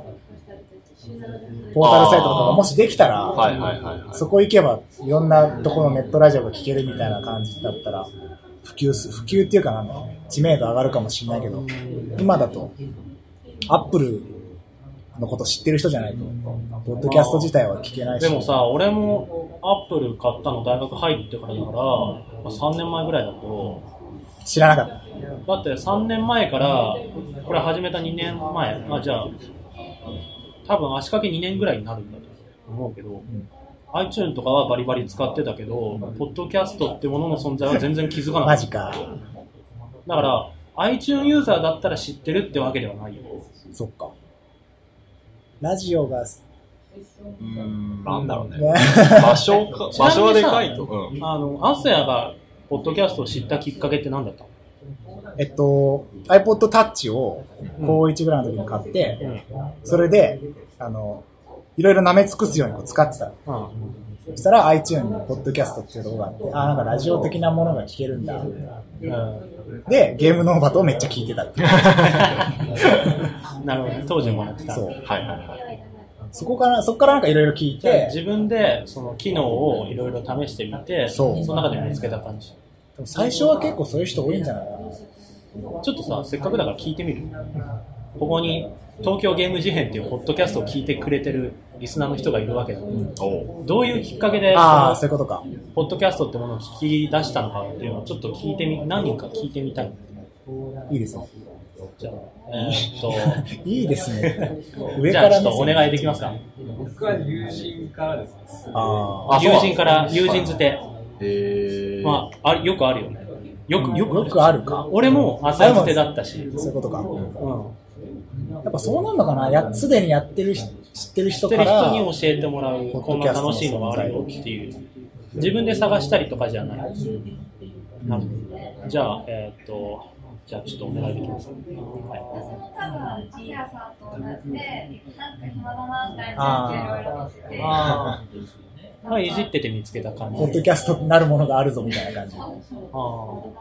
Speaker 1: ポータルサイトとかがもしできたら、
Speaker 4: ーはいはいはいはい。
Speaker 1: そこ行けばいろんなところのネットラジオが聞けるみたいな感じだったら、普及す、普及っていうかなんだろうね、知名度上がるかもしれないけど、今だと、アップルのこと知ってる人じゃないと、ポッドキャスト自体は聞けないし。
Speaker 2: でもさ、俺もアップル買ったの大学入ってからだから、まあ、3年前ぐらいだと、
Speaker 1: 知らなかった。
Speaker 2: だって3年前から、これ始めた2年前、まあじゃあ、多分足掛け2年ぐらいになるんだと思うけど、iTunes とかはバリバリ使ってたけど、ポッドキャストってものの存在は全然気づかなか
Speaker 1: マ
Speaker 2: った。
Speaker 1: ジか。
Speaker 2: だから、iTunes ユーザーだったら知ってるってわけではないよ。
Speaker 1: そっか。ラジオが、
Speaker 4: うーん、なんだろうね。
Speaker 1: ね。
Speaker 4: 場所 か、場所はでかいと。うん。
Speaker 2: あの、アスヤが、ポッドキャストを知ったきっかけって何だったの
Speaker 1: えっと、iPod Touch を高1ぐらいの時に買って、それで、あの、いろいろ舐め尽くすようにこう使ってた。
Speaker 2: うん。
Speaker 1: そしたら iTunes にポッドキャストっていうとこがあって、あーなんかラジオ的なものが聞けるんだ。
Speaker 2: うん
Speaker 1: で、ゲームノーバトをめっちゃ聞いてたっていう。
Speaker 2: なるほどね。当時もやってた。
Speaker 1: そう。
Speaker 4: はいはいはい。
Speaker 1: そこから、そこからなんかいろいろ聞い
Speaker 2: じゃあ
Speaker 1: て、
Speaker 2: 自分で、その、機能をいろいろ試してみて、
Speaker 1: そう
Speaker 2: の中で見つけた感じ。ち
Speaker 1: でも最初は結構そういう人多いんじゃないかな。
Speaker 2: ょっとさ、せっかくだから聞いてみる。ここに、東京ゲーム事変っていうポッドキャストを聞いてくれてるリスナーの人がいるわけだから
Speaker 4: おう
Speaker 2: どういうきっかけで、
Speaker 1: ああ、そうい
Speaker 2: そ
Speaker 1: うことか。
Speaker 2: のポッドキャストってものを聞き出したのかっていうのをちょっと聞いてみ、何人か聞いてみたい。
Speaker 1: いいですね。
Speaker 2: じゃあ、えーっと、
Speaker 1: いいですね。 上
Speaker 2: じ
Speaker 1: か
Speaker 2: ゃあ
Speaker 1: ら
Speaker 2: ちょっ
Speaker 1: 目
Speaker 2: とお
Speaker 1: 線
Speaker 2: 願いできますか
Speaker 5: 僕は友人からですね。
Speaker 1: ああ。
Speaker 4: あそう
Speaker 2: 友人から、友人づて。
Speaker 4: えー、
Speaker 2: まあ、あるよくあるよね。よく、よく、
Speaker 1: よくあるか。
Speaker 2: 俺も朝づてだったし。
Speaker 1: そういうことか。
Speaker 2: うん。
Speaker 1: やっぱそうなんのかなや、すでにやってる人、知ってる
Speaker 2: 知
Speaker 1: 人
Speaker 2: って
Speaker 1: か
Speaker 2: る人
Speaker 1: ら、
Speaker 2: に教えてもらう、
Speaker 1: ポッ
Speaker 2: こん
Speaker 1: ド
Speaker 2: な
Speaker 1: キャストの
Speaker 2: 楽しいのがあるよっていう。自分で探したりとかじゃない。なるほどじゃあ、えーっと、じゃあちょっとお願いできますか。
Speaker 6: 私
Speaker 2: は
Speaker 6: も多分、ティアさんと同じで、なんか暇だな、みたい
Speaker 1: あ
Speaker 6: な、いろいろして
Speaker 2: い。。ああ。まあ、いじってて見つけた感じ。
Speaker 1: ポッドキャストになるものがあるぞみたいな感じ。
Speaker 2: ああ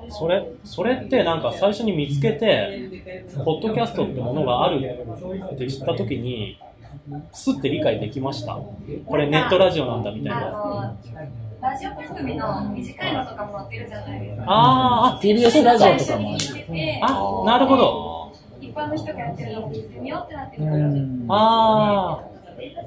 Speaker 2: それそれってなんか最初に見つけてポッドキャストってものがあるって知った時にすって理解できましたこれネットラジオなんだみたいなあ
Speaker 6: あの、ラジオ番組の短いのとかもやってるじゃないですか。
Speaker 2: ああ
Speaker 1: TBS ラジオとかもある。
Speaker 6: る。
Speaker 2: あなるほど
Speaker 6: 一般の人がやってるのを見てみようってなってるから、
Speaker 1: うん
Speaker 2: ああ、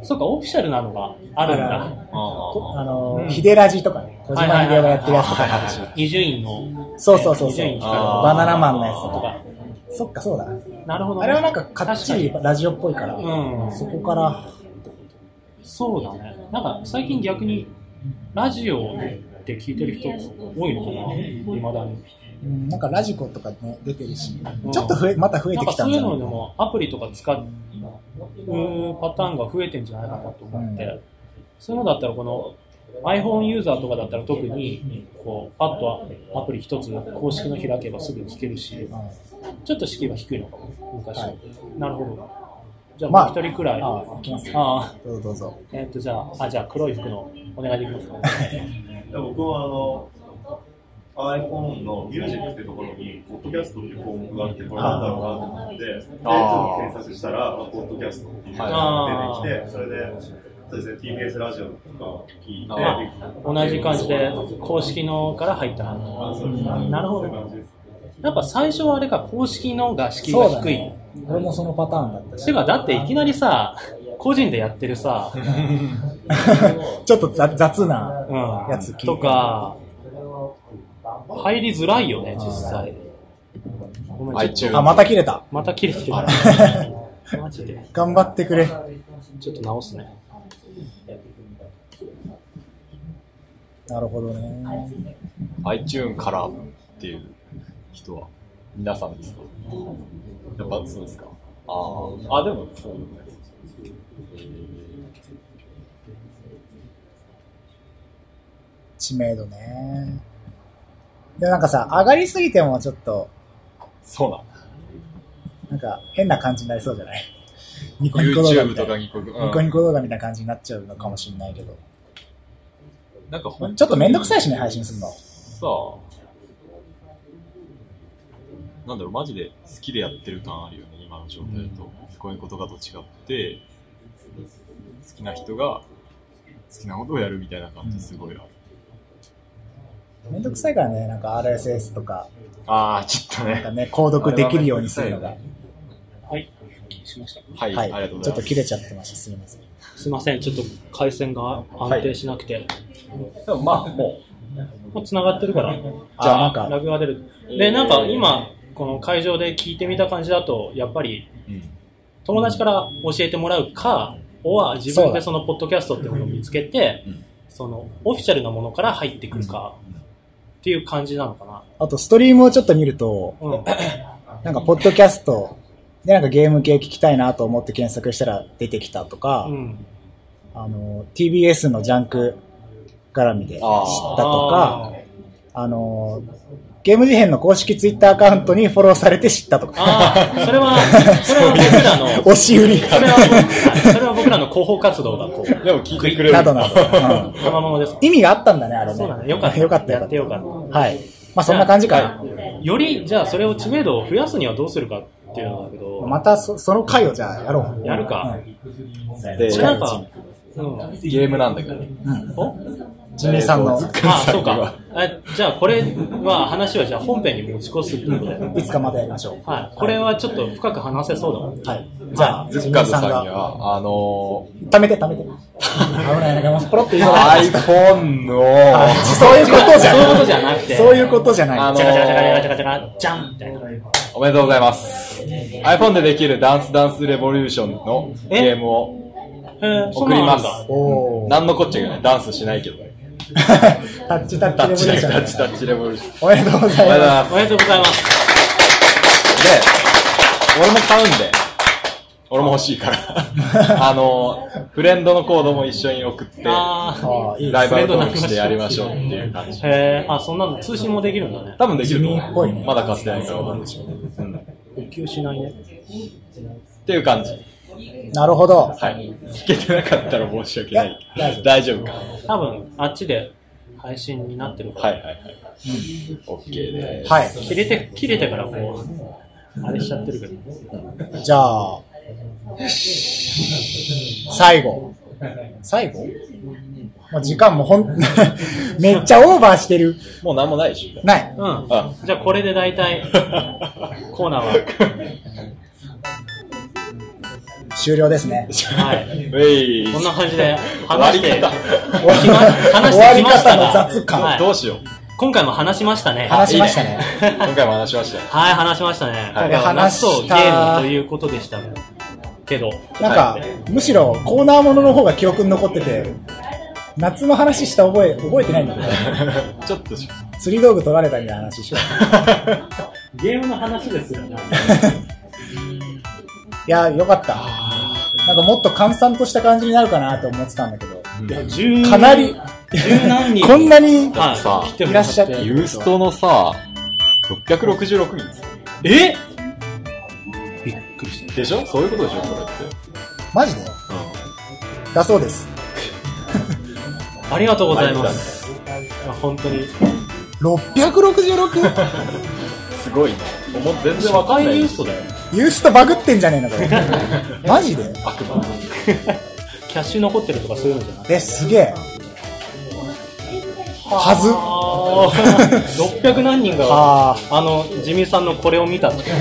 Speaker 2: そうか、オフィシャルなのがある
Speaker 1: あ
Speaker 2: ん
Speaker 1: る
Speaker 2: だ。
Speaker 1: こあの
Speaker 2: う
Speaker 1: ー、
Speaker 2: ん
Speaker 1: ヒデラジとかね、小島
Speaker 2: はい
Speaker 1: 秀夫が
Speaker 2: はいはい
Speaker 1: やってるやつとかもあるし、
Speaker 2: 伊集院の。
Speaker 1: そうそうそう
Speaker 2: 伊
Speaker 1: そ
Speaker 2: 集
Speaker 1: う、
Speaker 2: 院光
Speaker 4: あー
Speaker 1: バナナマンのやつと
Speaker 2: と
Speaker 1: か。
Speaker 2: か。
Speaker 1: そっか、そうだ。
Speaker 2: なるほど、
Speaker 1: あれはなんか、かっちりラジオっぽいから、
Speaker 2: 確かにうん。
Speaker 1: そこから、
Speaker 2: そうだね。なんか最近逆に、ラジオって聞いてる人多いのかな、いまだに。
Speaker 1: うん、なんかラジコとかね、出てるし
Speaker 2: うん、
Speaker 1: ちょっと増え、また増え
Speaker 2: な
Speaker 1: て
Speaker 2: んか
Speaker 1: きた
Speaker 2: そ
Speaker 1: ん
Speaker 2: う
Speaker 1: じ
Speaker 2: いう
Speaker 1: ゃない
Speaker 2: のでもアプリとか使うパターンが増えてんじゃないかなと思って、
Speaker 1: うん
Speaker 2: そういうのだったらこの iPhone ユーザーとかだったら特にこうパッとアプリ一つ公式の開けばすぐ聞けるし、ちょっと敷居は低いのかも、昔は。
Speaker 1: はい
Speaker 2: なるほど。じゃ
Speaker 1: ま
Speaker 2: あ
Speaker 1: あ
Speaker 2: もう一人くらい。
Speaker 1: ああ、いきますよ
Speaker 2: ああ
Speaker 1: どうぞどうぞ。
Speaker 2: えっとじゃあ、あ、じゃあ黒い服のお願いできますか。
Speaker 7: 僕はあの iPhone のミュージックってところに、ポッドキャストっていう項目があって、これなんだろうなと思って、で、
Speaker 4: あー
Speaker 7: 検索したら、ポッドキャストっていうのが出てきて、それで、そうですね、TBS ラジオとか聞いて、
Speaker 4: あ
Speaker 2: 同じ感じで公式のから入った
Speaker 7: あ
Speaker 2: 話
Speaker 7: そうですね
Speaker 2: なるほ
Speaker 7: そういう感
Speaker 2: ど
Speaker 7: じです
Speaker 2: やっぱ最初はあれか公式のが敷居
Speaker 1: そう
Speaker 2: が
Speaker 1: だ
Speaker 2: 低い、
Speaker 1: ね。俺もそのパターンだったし。
Speaker 2: てかだっていきなりさ個人でやって るさ、
Speaker 1: ちょっと雑雑な
Speaker 2: うん、
Speaker 1: やつ聞いて
Speaker 2: とか入りづらいよね実際ごめんちょっ
Speaker 4: iTunes
Speaker 2: と
Speaker 1: あ、また切れた。
Speaker 2: また切れて るマジで
Speaker 1: 頑張ってくれ。
Speaker 2: ちょっと直すね
Speaker 1: なるほどね。
Speaker 4: iTune からっていう人は皆さんですかやっぱそうですかあーあ、でもそうでもないです
Speaker 1: 知名度ね。でもなんかさ、上がりすぎてもちょっと、
Speaker 4: そうなん
Speaker 1: なんか変な感じになりそうじゃないニコニコ動画
Speaker 4: YouTube
Speaker 1: みた
Speaker 4: と
Speaker 1: いな。
Speaker 4: か
Speaker 1: ニ
Speaker 4: にこう、うん
Speaker 1: コニコ動画みたいな感じになっちゃうのかもしれないけど。
Speaker 4: なんかほん
Speaker 1: ちょっとめんどくさいしね、配信するの。
Speaker 4: さあ、なんだろう、マジで好きでやってる感あるよね、今の状態だと。聞こえんことかと違って、好きな人が好きなことをやるみたいな感じすごいある。
Speaker 1: めんどくさいからね、なんか RSS とか、
Speaker 4: ああ、ちょっと
Speaker 1: なんか
Speaker 4: ね。
Speaker 1: ね、購読できるようにするのが。
Speaker 2: はいしました
Speaker 4: はい、
Speaker 1: は
Speaker 4: ありがと
Speaker 1: い。
Speaker 4: うご
Speaker 1: ち
Speaker 4: ざ
Speaker 1: ょっ
Speaker 4: いま
Speaker 1: と
Speaker 4: す。
Speaker 1: 切れちゃってました。すみません。
Speaker 2: すいませんちょっと回線が安定しなくて、
Speaker 4: でもまあ、も
Speaker 2: もう繋がってるから
Speaker 1: あ、なんか、
Speaker 2: ラグが出る。で、なんか今、この会場で聞いてみた感じだと、やっぱり
Speaker 4: う、うん、
Speaker 2: 友達から教えてもらうか、おは自分
Speaker 1: そう
Speaker 2: で
Speaker 1: だ
Speaker 2: そのポッドキャストっていうものを見つけて
Speaker 4: うん、
Speaker 2: そのオフィシャルなものから入ってくるか、っていう感じなのかな。
Speaker 1: あとストリームをちょっと見ると、
Speaker 2: うん。
Speaker 1: なんかポッドキャストでなんかゲーム系聞きたいなと思って検索したら出てきたとか、
Speaker 2: うん。
Speaker 1: あの、TBS のジャンク絡みで知った
Speaker 4: あー
Speaker 1: とか、あの、ゲーム事変の公式ツイッターアカウントにフォローされて知ったとか、
Speaker 2: あーあー、そ れは、それは僕らの、
Speaker 1: 押し売り
Speaker 2: それは僕、それは僕らの広報活動だと。
Speaker 4: でも聞いてくれ る。
Speaker 1: など など、うん
Speaker 2: 賜物です。
Speaker 1: 意味があったんだね、あれね。
Speaker 2: そうだね。よかった。
Speaker 1: よかった、よ
Speaker 2: や
Speaker 1: か
Speaker 2: っ
Speaker 1: って
Speaker 2: よかった。
Speaker 1: た。はい。まあそんな感じかな。
Speaker 2: より、じゃあそれを知名度を増やすにはどうするかっていうのだけど、
Speaker 1: またそその回をじゃあやろう。
Speaker 2: やるか
Speaker 1: うん。
Speaker 4: で
Speaker 2: これなんか、うん、
Speaker 4: ゲームなんだけど、
Speaker 2: お
Speaker 1: ジミーさんの
Speaker 2: あそうか。あじゃあこれは話はじゃあ本編に持ち越すってことで。
Speaker 1: いつかまたやりましょう。
Speaker 2: はい。これはちょっと深く話せそうだもん。
Speaker 1: はい。じゃあ、
Speaker 4: ズ
Speaker 1: ジ
Speaker 4: ッ
Speaker 1: ミー
Speaker 4: カズさ
Speaker 1: さん
Speaker 4: んに
Speaker 1: が、
Speaker 4: は、あの
Speaker 1: 貯めて、貯めて。危ないな、もうポロって言いそうだ
Speaker 4: iPhone の、
Speaker 1: あ そういうことじゃ
Speaker 2: そういう
Speaker 1: な
Speaker 2: こと
Speaker 1: い。
Speaker 2: じゃなくて。
Speaker 1: そういうことじゃない。
Speaker 4: あの
Speaker 2: チャカチャカチャカチャカチャカチャカ、じゃんみたいな。
Speaker 4: おめでとうございます。iPhone でできるダンスダンスレボリューションの
Speaker 2: え
Speaker 4: ゲームを
Speaker 2: えー
Speaker 4: 送ります。
Speaker 1: おー。
Speaker 4: なんのこっちゃ言うね。ダンスしないけどね。
Speaker 1: タッチタッチ
Speaker 4: タッチだ
Speaker 1: レ
Speaker 4: け
Speaker 1: ボリュ
Speaker 4: タ
Speaker 1: ー
Speaker 4: ッ
Speaker 1: ショ
Speaker 4: チタ
Speaker 1: ン
Speaker 4: ッチレボリューション。
Speaker 1: おめでとうござい
Speaker 4: おめでとうござ
Speaker 1: ま
Speaker 4: い
Speaker 2: お
Speaker 4: ま
Speaker 2: めでとうございます。
Speaker 4: す。で、俺も買うんで、俺も欲しいから。 あの、フレンドのコードも一緒に送って、
Speaker 1: す。
Speaker 4: ラ
Speaker 2: あ
Speaker 1: ああ、いい
Speaker 4: イ
Speaker 1: で
Speaker 4: バ
Speaker 1: すね。
Speaker 4: ル登録してやりましょうっていう感じ
Speaker 2: あ。。へえ、あ、そんなの通信もできるんだね。
Speaker 4: 多分できると思
Speaker 1: 地味
Speaker 4: う
Speaker 1: っぽいね
Speaker 4: まだ買ってないからわかんないけどうん。っ
Speaker 2: 普及しないね。
Speaker 4: ていう感じ。
Speaker 1: なるほど。
Speaker 4: はい。聞けてなかったら申し訳ないい
Speaker 1: や大丈夫。
Speaker 4: 大丈夫か。は
Speaker 2: 多分、あっちで配信になってるから。
Speaker 4: いはいはい。OK です。
Speaker 1: はい。
Speaker 2: 切れて、切れてからこう、あれしちゃってるけど。
Speaker 1: じゃあ、最後。最後もう時間もほん、 めっちゃオーバーしてる。
Speaker 4: もうなんもないでしょ。
Speaker 1: ない。
Speaker 2: うん。
Speaker 4: あ
Speaker 2: じゃあこれで大体、コーナーは
Speaker 1: 終了ですね。
Speaker 2: はい。
Speaker 4: ウェイ
Speaker 2: こんな感じで話して、
Speaker 4: 終わ
Speaker 2: きま話
Speaker 1: 終わ
Speaker 2: して
Speaker 1: り
Speaker 2: きました
Speaker 1: 方の
Speaker 2: が、
Speaker 1: 雑感。
Speaker 2: はい
Speaker 4: どうしよう。
Speaker 2: 今回も話しましたね。
Speaker 1: 話しましたね。
Speaker 4: 今回も話しましたよ。
Speaker 2: はい、話しましたね。今
Speaker 1: い
Speaker 2: 回は夏と
Speaker 1: 話し
Speaker 2: ゲ
Speaker 1: た
Speaker 2: ームということでしたけど、
Speaker 1: なんか、むしろコーナーものの方が記憶に残ってて、夏の話した覚え、覚えてないんだけど、
Speaker 4: ちょっとし
Speaker 1: 釣り道具取られたみたいな話してた。
Speaker 2: ゲームの話です よね。
Speaker 1: いや、よかった。なんかもっと閑散とした感じになるかなと思ってたんだけど、
Speaker 2: 十
Speaker 1: かなり、
Speaker 2: 十何人。
Speaker 1: こんなに
Speaker 2: はい
Speaker 4: さ
Speaker 2: 来ても
Speaker 1: い
Speaker 2: ら
Speaker 1: らっ
Speaker 2: っ
Speaker 1: てしゃって。
Speaker 4: ユーストのさ、666人ですよ
Speaker 2: えびっくりし
Speaker 4: でしょそういうことでしょこれって。
Speaker 1: マジでだそうです。
Speaker 2: た。ありがとうございます。まあ本当に。
Speaker 1: 666?
Speaker 4: すごいね。思っ全然
Speaker 2: 社
Speaker 4: わかんな
Speaker 2: 会
Speaker 4: い。
Speaker 2: ニューストだよ。
Speaker 1: ユーストバグってんじゃねえのこれ。 マジで
Speaker 2: キャッシュ残ってるとかそういうのじゃない
Speaker 1: え、すげえ。はず。
Speaker 2: あー600 何人が、
Speaker 1: あ
Speaker 2: あの、ジミーさんのこれを見たって。
Speaker 1: ー、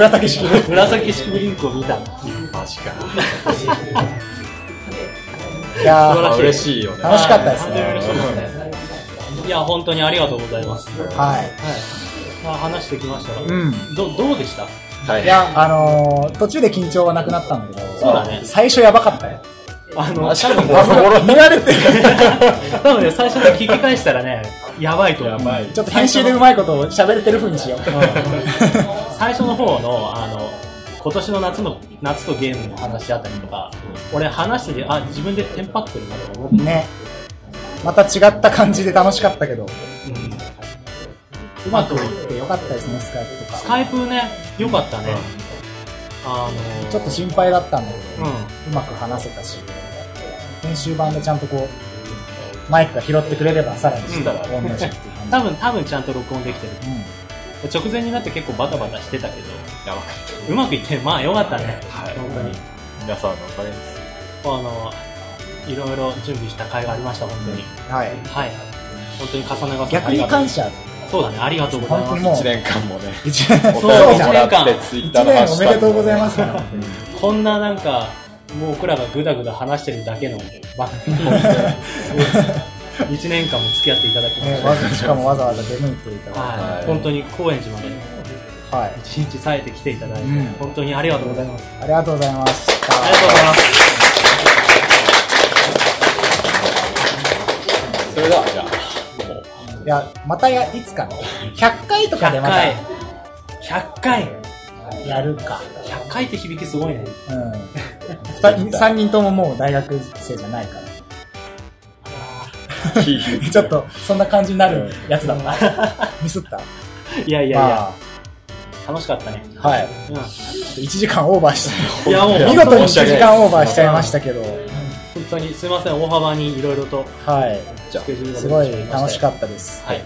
Speaker 1: 紫式部。
Speaker 2: 紫式部リンクを見た。
Speaker 4: マジか。
Speaker 1: いや
Speaker 2: 素晴ら
Speaker 1: ー、
Speaker 2: しい
Speaker 4: 嬉しいよね。
Speaker 1: 楽しかったですね
Speaker 2: はい本当に嬉しいですね。いや、本当にありがとうございます。は
Speaker 1: は
Speaker 2: い。
Speaker 1: い。
Speaker 2: まあ、話してきましたが、
Speaker 1: うん。
Speaker 2: どどうでした
Speaker 4: 大
Speaker 1: い
Speaker 4: 変。
Speaker 1: や、あのー、途中で緊張はなくなったんだけど、
Speaker 2: そうだね
Speaker 1: 最初やばかったよ。
Speaker 2: あの、
Speaker 4: 確かに
Speaker 1: あそう見られてる。
Speaker 2: 多分ね、最初に聞き返したらね、やばいと思う。
Speaker 1: ちょっと編集でうまいことを喋れてる風にしよう。
Speaker 2: 最初の方の、あの、今年の夏の、夏とゲームの話あったりとか、俺話してて、あ、自分でテンパってるなと思って、
Speaker 1: ね。また違った感じで楽しかったけど、
Speaker 2: うん
Speaker 1: うまくいってよかったですね、スカイプとか。
Speaker 2: スカイプね、良かったね。あの、
Speaker 1: ちょっと心配だったんだけど、
Speaker 2: うん。
Speaker 1: うまく話せたし、編集版でちゃんとこう、マイクが拾ってくれればさらにしたら同じっていう感じ。
Speaker 2: 多分、多分ちゃんと録音できてる。
Speaker 1: うん
Speaker 2: 直前になって結構バタバタしてたけど、うまくいって、まあよかったね。本当に。
Speaker 4: 皆さんのおかげです。
Speaker 2: あの、いろいろ準備した甲斐がありました、本当に。
Speaker 1: はい。
Speaker 2: はい。本当に重ねが
Speaker 1: 逆に感謝。
Speaker 2: そうだね、ありがとうござい
Speaker 1: 本
Speaker 2: ま
Speaker 1: 当
Speaker 2: す
Speaker 1: に。もう
Speaker 4: 1、年間もね、
Speaker 1: 一年、
Speaker 4: お
Speaker 1: そう
Speaker 4: 便り
Speaker 1: じゃ
Speaker 4: も
Speaker 1: ん。
Speaker 4: らっ
Speaker 2: そうじゃ
Speaker 4: て
Speaker 2: ん、
Speaker 4: ツイッ
Speaker 1: 一
Speaker 4: ターのハッ
Speaker 1: 年お
Speaker 4: シ
Speaker 1: め
Speaker 4: ュタグ
Speaker 1: でとうござい ます。
Speaker 2: こんななんか、もう僕らがぐだぐだ話してるだけの番組を 一年間も付き合っていただきま
Speaker 1: ね
Speaker 2: し、た。
Speaker 1: わざしかもわざわざ出向いていただ
Speaker 2: は、
Speaker 4: はいい
Speaker 2: 本当に高円寺まで
Speaker 1: いてはい。
Speaker 2: 一日冴えて来ていただいて、
Speaker 1: うん
Speaker 2: 本当にありがとうございます。
Speaker 1: ありがとうございまし
Speaker 2: ありがとう
Speaker 1: た。
Speaker 2: ございます。
Speaker 4: それでは、じゃあ。
Speaker 1: いや、またや、いつかね、100回とかで
Speaker 2: 100
Speaker 1: ま
Speaker 2: 回。100回。
Speaker 1: たやるか。
Speaker 2: 100回って響きすごいね。
Speaker 1: うん。二人三人とももう大学生じゃないから。ちょっと、そんな感じになるやつだった。ミスった。
Speaker 2: いやい
Speaker 1: い
Speaker 2: やいや、楽しかったね。
Speaker 1: まあ、はい。
Speaker 2: う
Speaker 1: 1時間オーバー し
Speaker 2: ん、いやもう
Speaker 1: た。見事に1時間オーバーしちゃいましたけど、
Speaker 2: 本当にすいません、大幅にいろいろと
Speaker 1: はい。
Speaker 2: スケジュールが
Speaker 1: すごい楽しか
Speaker 2: っ
Speaker 1: ったです。
Speaker 2: た。はい。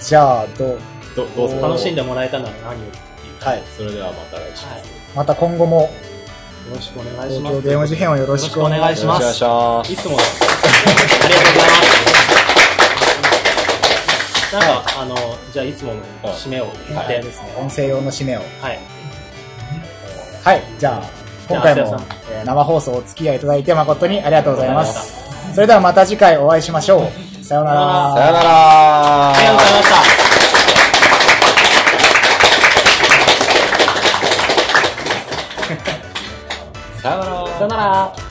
Speaker 1: じゃあ、どう、
Speaker 4: どどうぞ
Speaker 2: 楽しんでもらえたなら何よりっていう。
Speaker 1: はい。
Speaker 4: それではまた来週。
Speaker 2: はい。
Speaker 1: また今後も、
Speaker 2: よろしくお願いし
Speaker 1: 東
Speaker 2: ます。
Speaker 1: 京電話事変をよろしくお願いし
Speaker 4: よろ
Speaker 1: ま
Speaker 4: しくお願い
Speaker 1: す。
Speaker 4: します。
Speaker 2: いつもです。ありがとうございます。なんか、あの、じゃあいつもの締めを言ってですね。
Speaker 1: 音声用の締めを。
Speaker 2: はい。
Speaker 1: はい、じゃあ、今回
Speaker 2: じゃあ
Speaker 1: も
Speaker 2: 芦田、
Speaker 1: えー生放送お付き合いいただいて誠にありがとうございます。それではまた次回お会いしましょう。さようなら。
Speaker 4: さよな
Speaker 2: ありがとうご
Speaker 4: ら
Speaker 2: ざいました。
Speaker 4: さよなら
Speaker 2: さよなら。